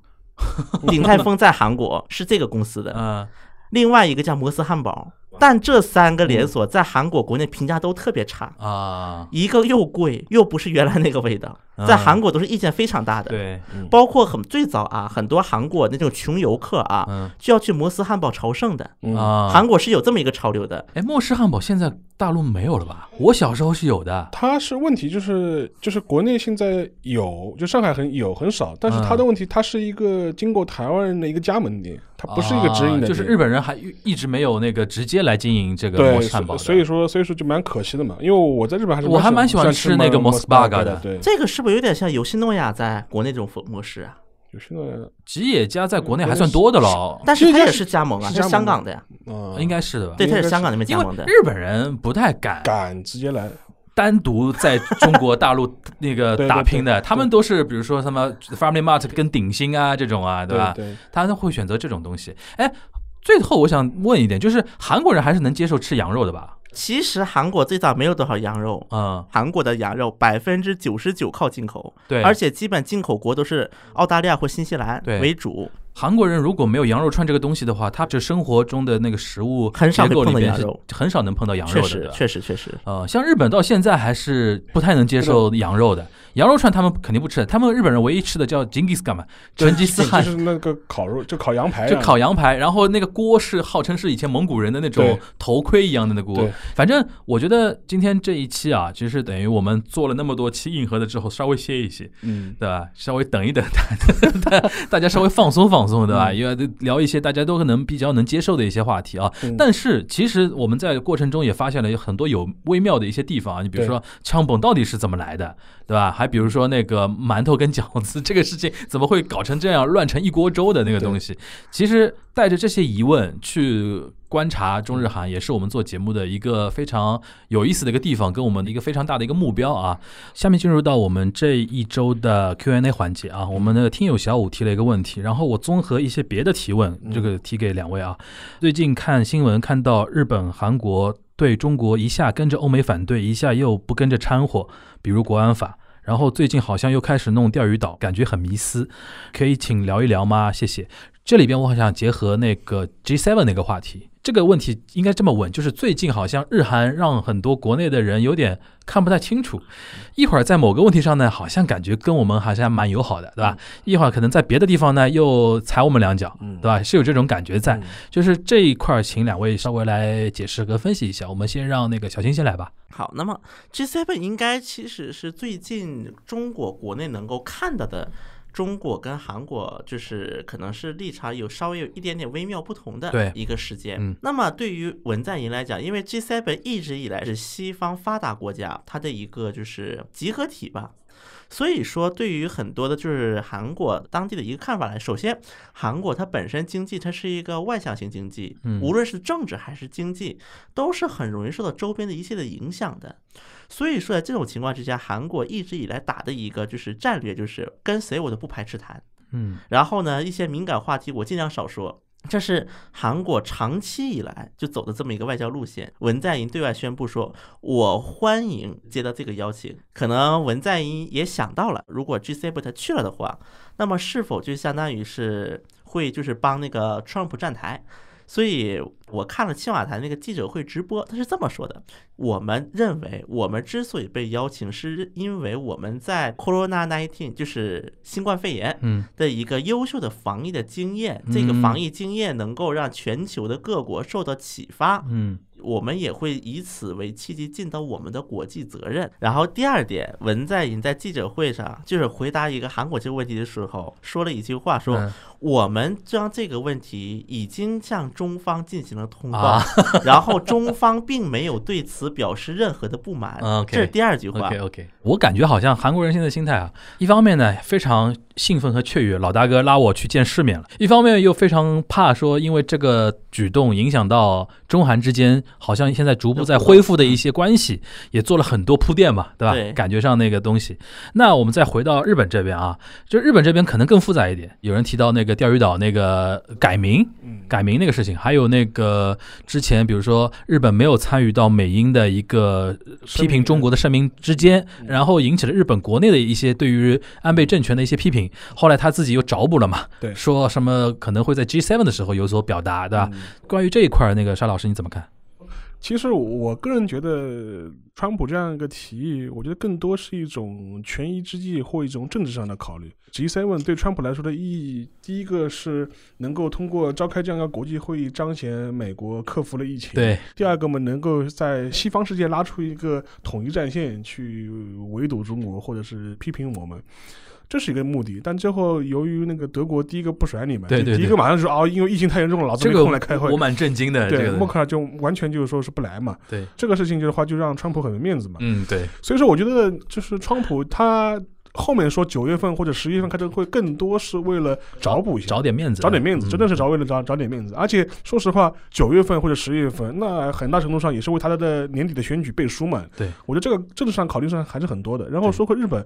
B: 鼎泰丰在韩国是这个公司的，
C: 嗯，
B: 另外一个叫摩斯汉堡。但这三个
C: 嗯
B: 连锁在韩国国内评价都特别差，
C: 啊，
B: 一个又贵，又不是原来那个味道，在
C: 嗯
B: 韩国都是意见非常大的。
C: 对，
B: 包括很最早啊，很多韩国那种穷游客啊，
C: 嗯
B: 就要去摩斯汉堡朝圣的。
D: 嗯
C: 啊，
B: 韩国是有这么一个潮流的，
C: 哎，莫氏汉堡现在大陆没有了吧？我小时候是有的，
D: 它是问题，就是就是国内现在有，就上海很有很少，但是
C: 嗯
D: 它的问题，它是一个经过台湾人的一个加盟店，它不是一个直营的
C: 啊
D: 店，
C: 就是日本人还一一直没有那个直接来经营这个
D: 对，
C: 莫氏汉堡
D: 所
C: 的，
D: 所以说所以说就蛮可惜的嘛，因为我在日本还是
C: 我还蛮喜欢
D: 吃
C: 吃那个
D: 摩
C: Mos Burger
D: 的
C: 的，
D: 对，
B: 这个是不是有点像尤西诺亚在国内这种模模式啊？
D: 有些呢，
C: 吉野家在国内还算多的了，
B: 但是
D: 这
B: 它
D: 家
B: 也
D: 是
B: 是加盟啊，
D: 是
B: 它
D: 加
B: 香
D: 盟
B: 港的呀，
D: 啊，
C: 应该是的吧？
B: 对，它
D: 应
B: 也
D: 该
B: 是香
D: 是
B: 港那边
C: 因
B: 加
C: 为
B: 盟的。
C: 日本人不太敢
D: 敢直接来，
C: 单独在中国大陆 那个
D: 对对
C: 打拼的，
D: 对
C: 他们都是比如说什么 Family Mart 跟鼎鑫啊这种啊，
D: 对
C: 吧？
D: 对，
C: 他们会选择这种东西。哎，最后我想问一点，就是韩国人还是能接受吃羊肉的吧？
B: 其实韩国最早没有多少羊肉，
C: 嗯，
B: 韩国的羊肉百分之九十九靠进口，
C: 对。
B: 而且基本进口国都是澳大利亚或新西兰
C: 对
B: 为主。
C: 韩国人如果没有羊肉串这个东西的话，他这生活中的那个食物
B: 很少
C: 结构
B: 会碰
C: 里
B: 到
C: 边
B: 羊
C: 是
B: 肉
C: 很少能碰到羊
B: 确
C: 肉的，对
B: 实，
C: 吧
B: 确实，确实。
C: 呃，像日本到现在还是不太能接受羊肉的，羊肉串他们肯定不吃的，他们日本人唯一吃的叫 Genghis 干嘛？成吉思汗
D: 就是那个烤肉，就烤羊排啊，
C: 就烤羊排，然后那个锅是号称是以前蒙古人的那种
D: 对
C: 头盔一样的那锅
D: 对。
C: 反正我觉得今天这一期啊，其实等于我们做了那么多期硬核的之后，稍微歇一歇，
D: 嗯，
C: 对吧？稍微等一等， 大家大家稍微放松放松，对吧？因为聊一些大家都可能比较能接受的一些话题啊。
D: 嗯
C: 但是其实我们在过程中也发现了有很多有微妙的一些地方啊，你比如说枪崩到底是怎么来的，对吧？还比如说那个馒头跟饺子这个事情怎么会搞成这样乱成一锅粥的那个东西，其实带着这些疑问去。观察中日韩也是我们做节目的一个非常有意思的一个地方，跟我们的一个非常大的一个目标啊。下面进入到我们这一周的 Q&A 环节啊，我们的听友小五提了一个问题，然后我综合一些别的提问，这个提给两位啊。最近看新闻看到日本、韩国对中国一下跟着欧美反对，一下又不跟着掺和，比如国安法。然后最近好像又开始弄钓鱼岛，感觉很迷思，可以请聊一聊吗？谢谢。这里边我好想结合那个 G7 那个话题，这个问题应该这么问，就是最近好像日韩让很多国内的人有点看不太清楚，一会儿在某个问题上呢，好像感觉跟我们好像蛮友好的，对吧？一会儿可能在别的地方呢又踩我们两脚，
D: 嗯
C: 对吧？是有这种感觉在
D: 嗯。
C: 就是这一块儿，请两位稍微来解释和分析一下。我们先让那个小新先来吧。
B: 好，那么 G7 应该其实是最近中国国内能够看到的。中国跟韩国就是可能是立场有稍微有一点点微妙不同
C: 对
B: 的一个时间。
C: 嗯
B: 那么对于文在寅来讲，因为 G7 一直以来是西方发达国家它的一个就是集合体吧，所以说对于很多的就是韩国当地的一个看法来，首先韩国它本身经济它是一个外向型经济，
C: 嗯
B: 无论是政治还是经济，都是很容易受到周边的一切的影响的。所以说，在这种情况之下，韩国一直以来打的一个就是战略，就是跟谁我都不排斥谈，
C: 嗯
B: 然后呢，一些敏感话题我尽量少说。这是韩国长期以来就走的这么一个外交路线。文在寅对外宣布说：“我欢迎接到这个邀请。”可能文在寅也想到了，如果 G7 他去了的话，那么是否就相当于是会就是帮那个 Trump 站台？所以我看了青瓦台那个记者会直播，他是这么说的：我们认为我们之所以被邀请，是因为我们在 Corona 19，就是新冠肺炎，
C: 嗯
B: 的一个优秀的防疫的经验，这个防疫经验能够让全球的各国受到启发，
C: 嗯
B: 我们也会以此为契机尽到我们的国际责任。然后第二点，文在寅在记者会上就是回答一个韩国这个问题的时候，说了一句话说，
C: 嗯
B: 我们将这个问题已经向中方进行了通报，
C: 啊
B: 然后中方并没有对此表示任何的不满。
C: 啊，OK
B: 这是第二句话。
C: ，OK OK，我感觉好像韩国人现在心态啊，一方面呢非常兴奋和雀跃，老大哥拉我去见世面了；一方面又非常怕说，因为这个举动影响到中韩之间好像现在逐步在恢复的一些关系，也做了很多铺垫嘛，对吧？
B: 对
C: 感觉上那个东西。那我们再回到日本这边啊，就日本这边可能更复杂一点。有人提到那个钓鱼岛那个改名，
D: 嗯，
C: 改名那个事情，还有那个之前，比如说日本没有参与到美英的一个呃批评中国的声明之间，
D: 嗯
C: 然后引起了日本国内的一些对于安倍政权的一些批评。后来他自己又找补了嘛，
D: 对
C: 说什么可能会在 G7 的时候有所表达，对吧？
D: 嗯
C: 关于这一块儿，那个沙老师你怎么看？
D: 其实我我个人觉得，川普这样一个提议，我觉得更多是一种权宜之计或一种政治上的考虑。G7 对川普来说的意义，第一个是能够通过召开这样一个国际会议，彰显美国克服了疫情；，
C: 对，
D: 第二个嘛，能够在西方世界拉出一个统一战线去围堵中国，或者是批评我们。这是一个目的，但最后由于那个德国第一个不甩你们，
C: 对
D: 就
C: 对
D: 第一
C: 对
D: 个马上就说哦，因为疫情太严重了，老子
C: 这
D: 没
C: 个
D: 空来开会
C: 我。蛮震惊的，这
D: 对，
C: 个嗯
D: 默克尔就完全就是说是不来嘛。
C: 对，
D: 这个事情的话，就让川普很没面子嘛。
C: 嗯，对，
D: 所以说，我觉得就是川普他后面说九月份或者十一月份开这个会，更多是为了找补一下，
C: 找点面子，
D: 找点面子，
C: 嗯
D: 真的是找为了找找点面子。而且说实话，九月份或者十月份，那很大程度上也是为他的年底的选举背书嘛。
C: 对，
D: 我觉得这个政治上考虑上还是很多的。然后
C: 对
D: 说回日本，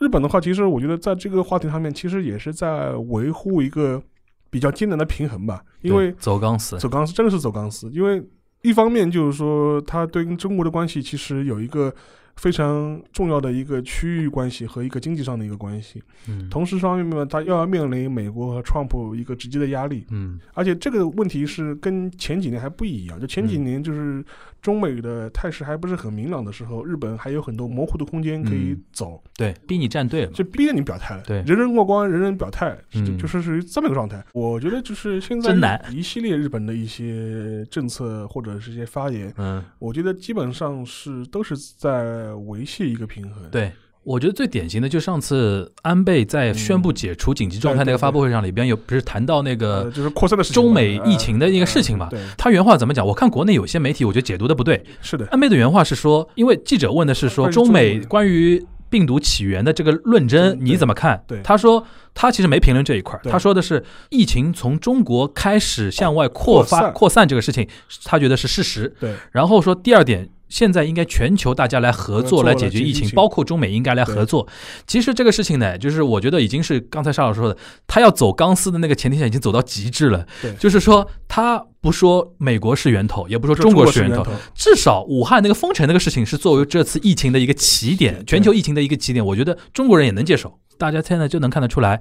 D: 日本的话，其实我觉得在这个话题上面，其实也是在维护一个比较艰难的平衡吧，因为
C: 对走钢丝，
D: 走钢丝，真的是走钢丝。因为一方面就是说，它对跟中国的关系其实有一个非常重要的一个区域关系和一个经济上的一个关系。
C: 嗯
D: 同时，一方面呢，它又要面临美国和川普一个直接的压力，
C: 嗯
D: 而且这个问题是跟前几年还不一样。就前几
C: 嗯
D: 年就是中美的态势还不是很明朗的时候，日本还有很多模糊的空间可以
C: 嗯
D: 走，
C: 对，逼你站队了嘛，
D: 就逼着你表态了。
C: 对
D: 人人过关，人人表态，
C: 嗯
D: 就就是属于这么一个状态。我觉得就是现在
C: 真难
D: 一系列日本的一些政策或者是一些发言，
C: 嗯。
D: 我觉得基本上是都是在维系一个平衡。，
C: 对，我觉得最典型的就上次安倍
D: 嗯
C: 在宣布解除紧急状态那个发布会上，里边有不是谈到那
D: 呃，
C: 个
D: 就是扩散的事情嘛，
C: 中美
D: 呃
C: 疫情的一个事情嘛？
D: 对，
C: 他原话怎么讲？我看国内有些媒体，我觉得解读的不对。
D: 是的，
C: 安倍的原话是说，因为记者问的是说
D: 关于中
C: 中美
D: 国
C: 关于病毒起源的这个论争
D: 嗯对
C: 你怎么看
D: 对？
C: 他说他其实没评论这一块儿，
D: 对哦
C: 他说的是疫情从中国开始向外扩
D: 扩
C: 发
D: 散
C: 扩散这个事情，他觉得是事实。
D: 对，
C: 然后说第二点，现在应该全球大家来合
D: 合
C: 作
D: 作
C: 来
D: 来
C: 解决
D: 解决
C: 疫
D: 疫
C: 情，
D: 情
C: 包括中美应该来合作。其实这个事情呢，就是我觉得已经是刚才沙老师说的，他要走钢丝的那个前提下已经走到极致了
D: 对。
C: 就是说，他不说美国是源头，也不说
D: 就
C: 中国是
D: 是
C: 源头
D: 头，，
C: 至少武汉那个封城那个事情是作为这次疫情的一个起点，
D: 对
C: 全球疫情的一个起点，我觉得中国人也能接受。大家现在就能看得出来，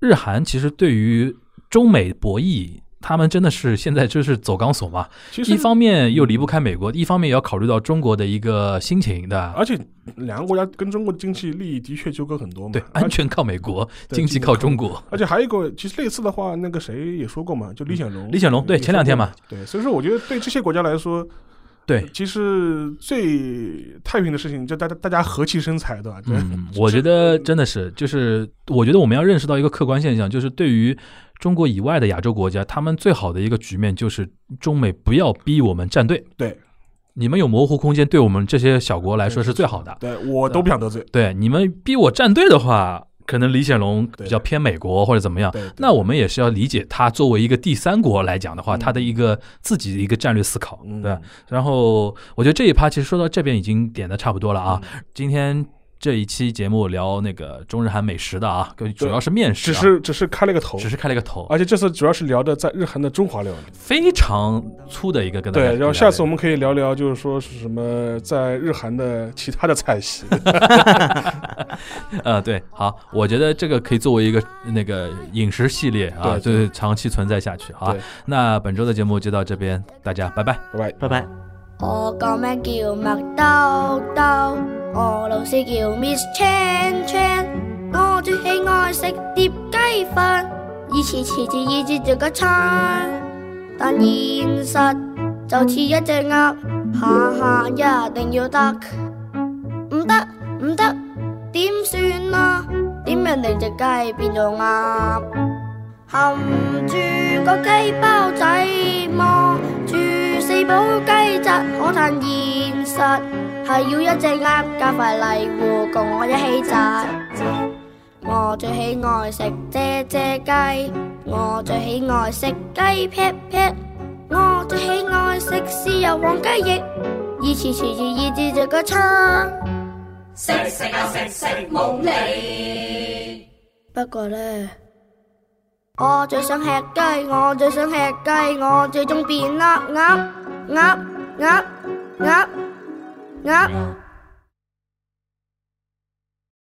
C: 日韩其实对于中美博弈他们真的是现在就是走钢索嘛，
D: 其实
C: 一方面又离不开美国，一方面也要考虑到中国的一个心情的。
D: 而且两个国家跟中国的经济利益的确纠葛很多嘛。
C: 对，
D: 而
C: 安全靠美国，
D: 对
C: 经济靠中国。
D: 而且还有一个，其实类似的话，那个谁也说过嘛，就李显龙。
C: 嗯李显龙对
D: 也说
C: 前两天
D: 过
C: 嘛。
D: 对，所以说我觉得对这些国家来说，
C: 对，
D: 其实最太平的事情，就大家大家和气生财，对吧？对
C: 嗯，我觉得真的是，就是我觉得我们要认识到一个客观现象，就是对于中国以外的亚洲国家，他们最好的一个局面就是中美不要逼我们站队，
D: 对
C: 你们有模糊空间，对我们这些小国来说
D: 对
C: 是最好的。
D: 对，我都不想得罪。
C: 对，你们逼我站队的话，可能李显龙比较偏美国或者怎么样。
D: 对，对
C: 啊那我们也是要理解他作为一个第三国来讲的话，
D: 嗯
C: 他的一个自己的一个战略思考，
D: 嗯
C: 对吧？然后我觉得这一趴其实说到这边已经点的差不多了啊。
D: 嗯
C: 今天这一期节目聊那个中日韩美食的啊，主要是面食
D: 只
C: 啊、
D: 是只是开了个头，哎
C: 只是开了个头，
D: 而且这次主要是聊的在日韩的中华料理。
C: 非常粗的一个跟大家
D: 对，然后
C: 聊
D: 下次
C: 聊
D: 我们可以聊聊，就是说是什么在日韩的其他的菜系。
C: 呃，对，好，我觉得这个可以作为一个那个饮食系列啊，
D: 对
C: 对对，长期存在下去啊
D: 对。
C: 那本周的节目就到这边，大家拜拜。
D: 拜拜。
B: 拜拜。
E: 我個名叫麥兜兜，我老師叫 Miss Chan Chan，我最喜愛食碟雞飯，以前遲遲以節食一餐，但現實就似一隻鴨，下下一定要得，唔得唔得，點算啊？點樣令只雞變做鴨？含住個雞包仔，望住四寶雞扎，可嘆現實係要一隻鴨加塊泥糊共我一起扎。我最喜愛食啫啫雞，我最喜愛食雞撇撇，我最喜愛食豉油黃雞翼，以前遲遲以至着個餐。不過呢。我最想吃雞，我最想吃雞，我最中變鴨鴨鴨鴨鴨鴨。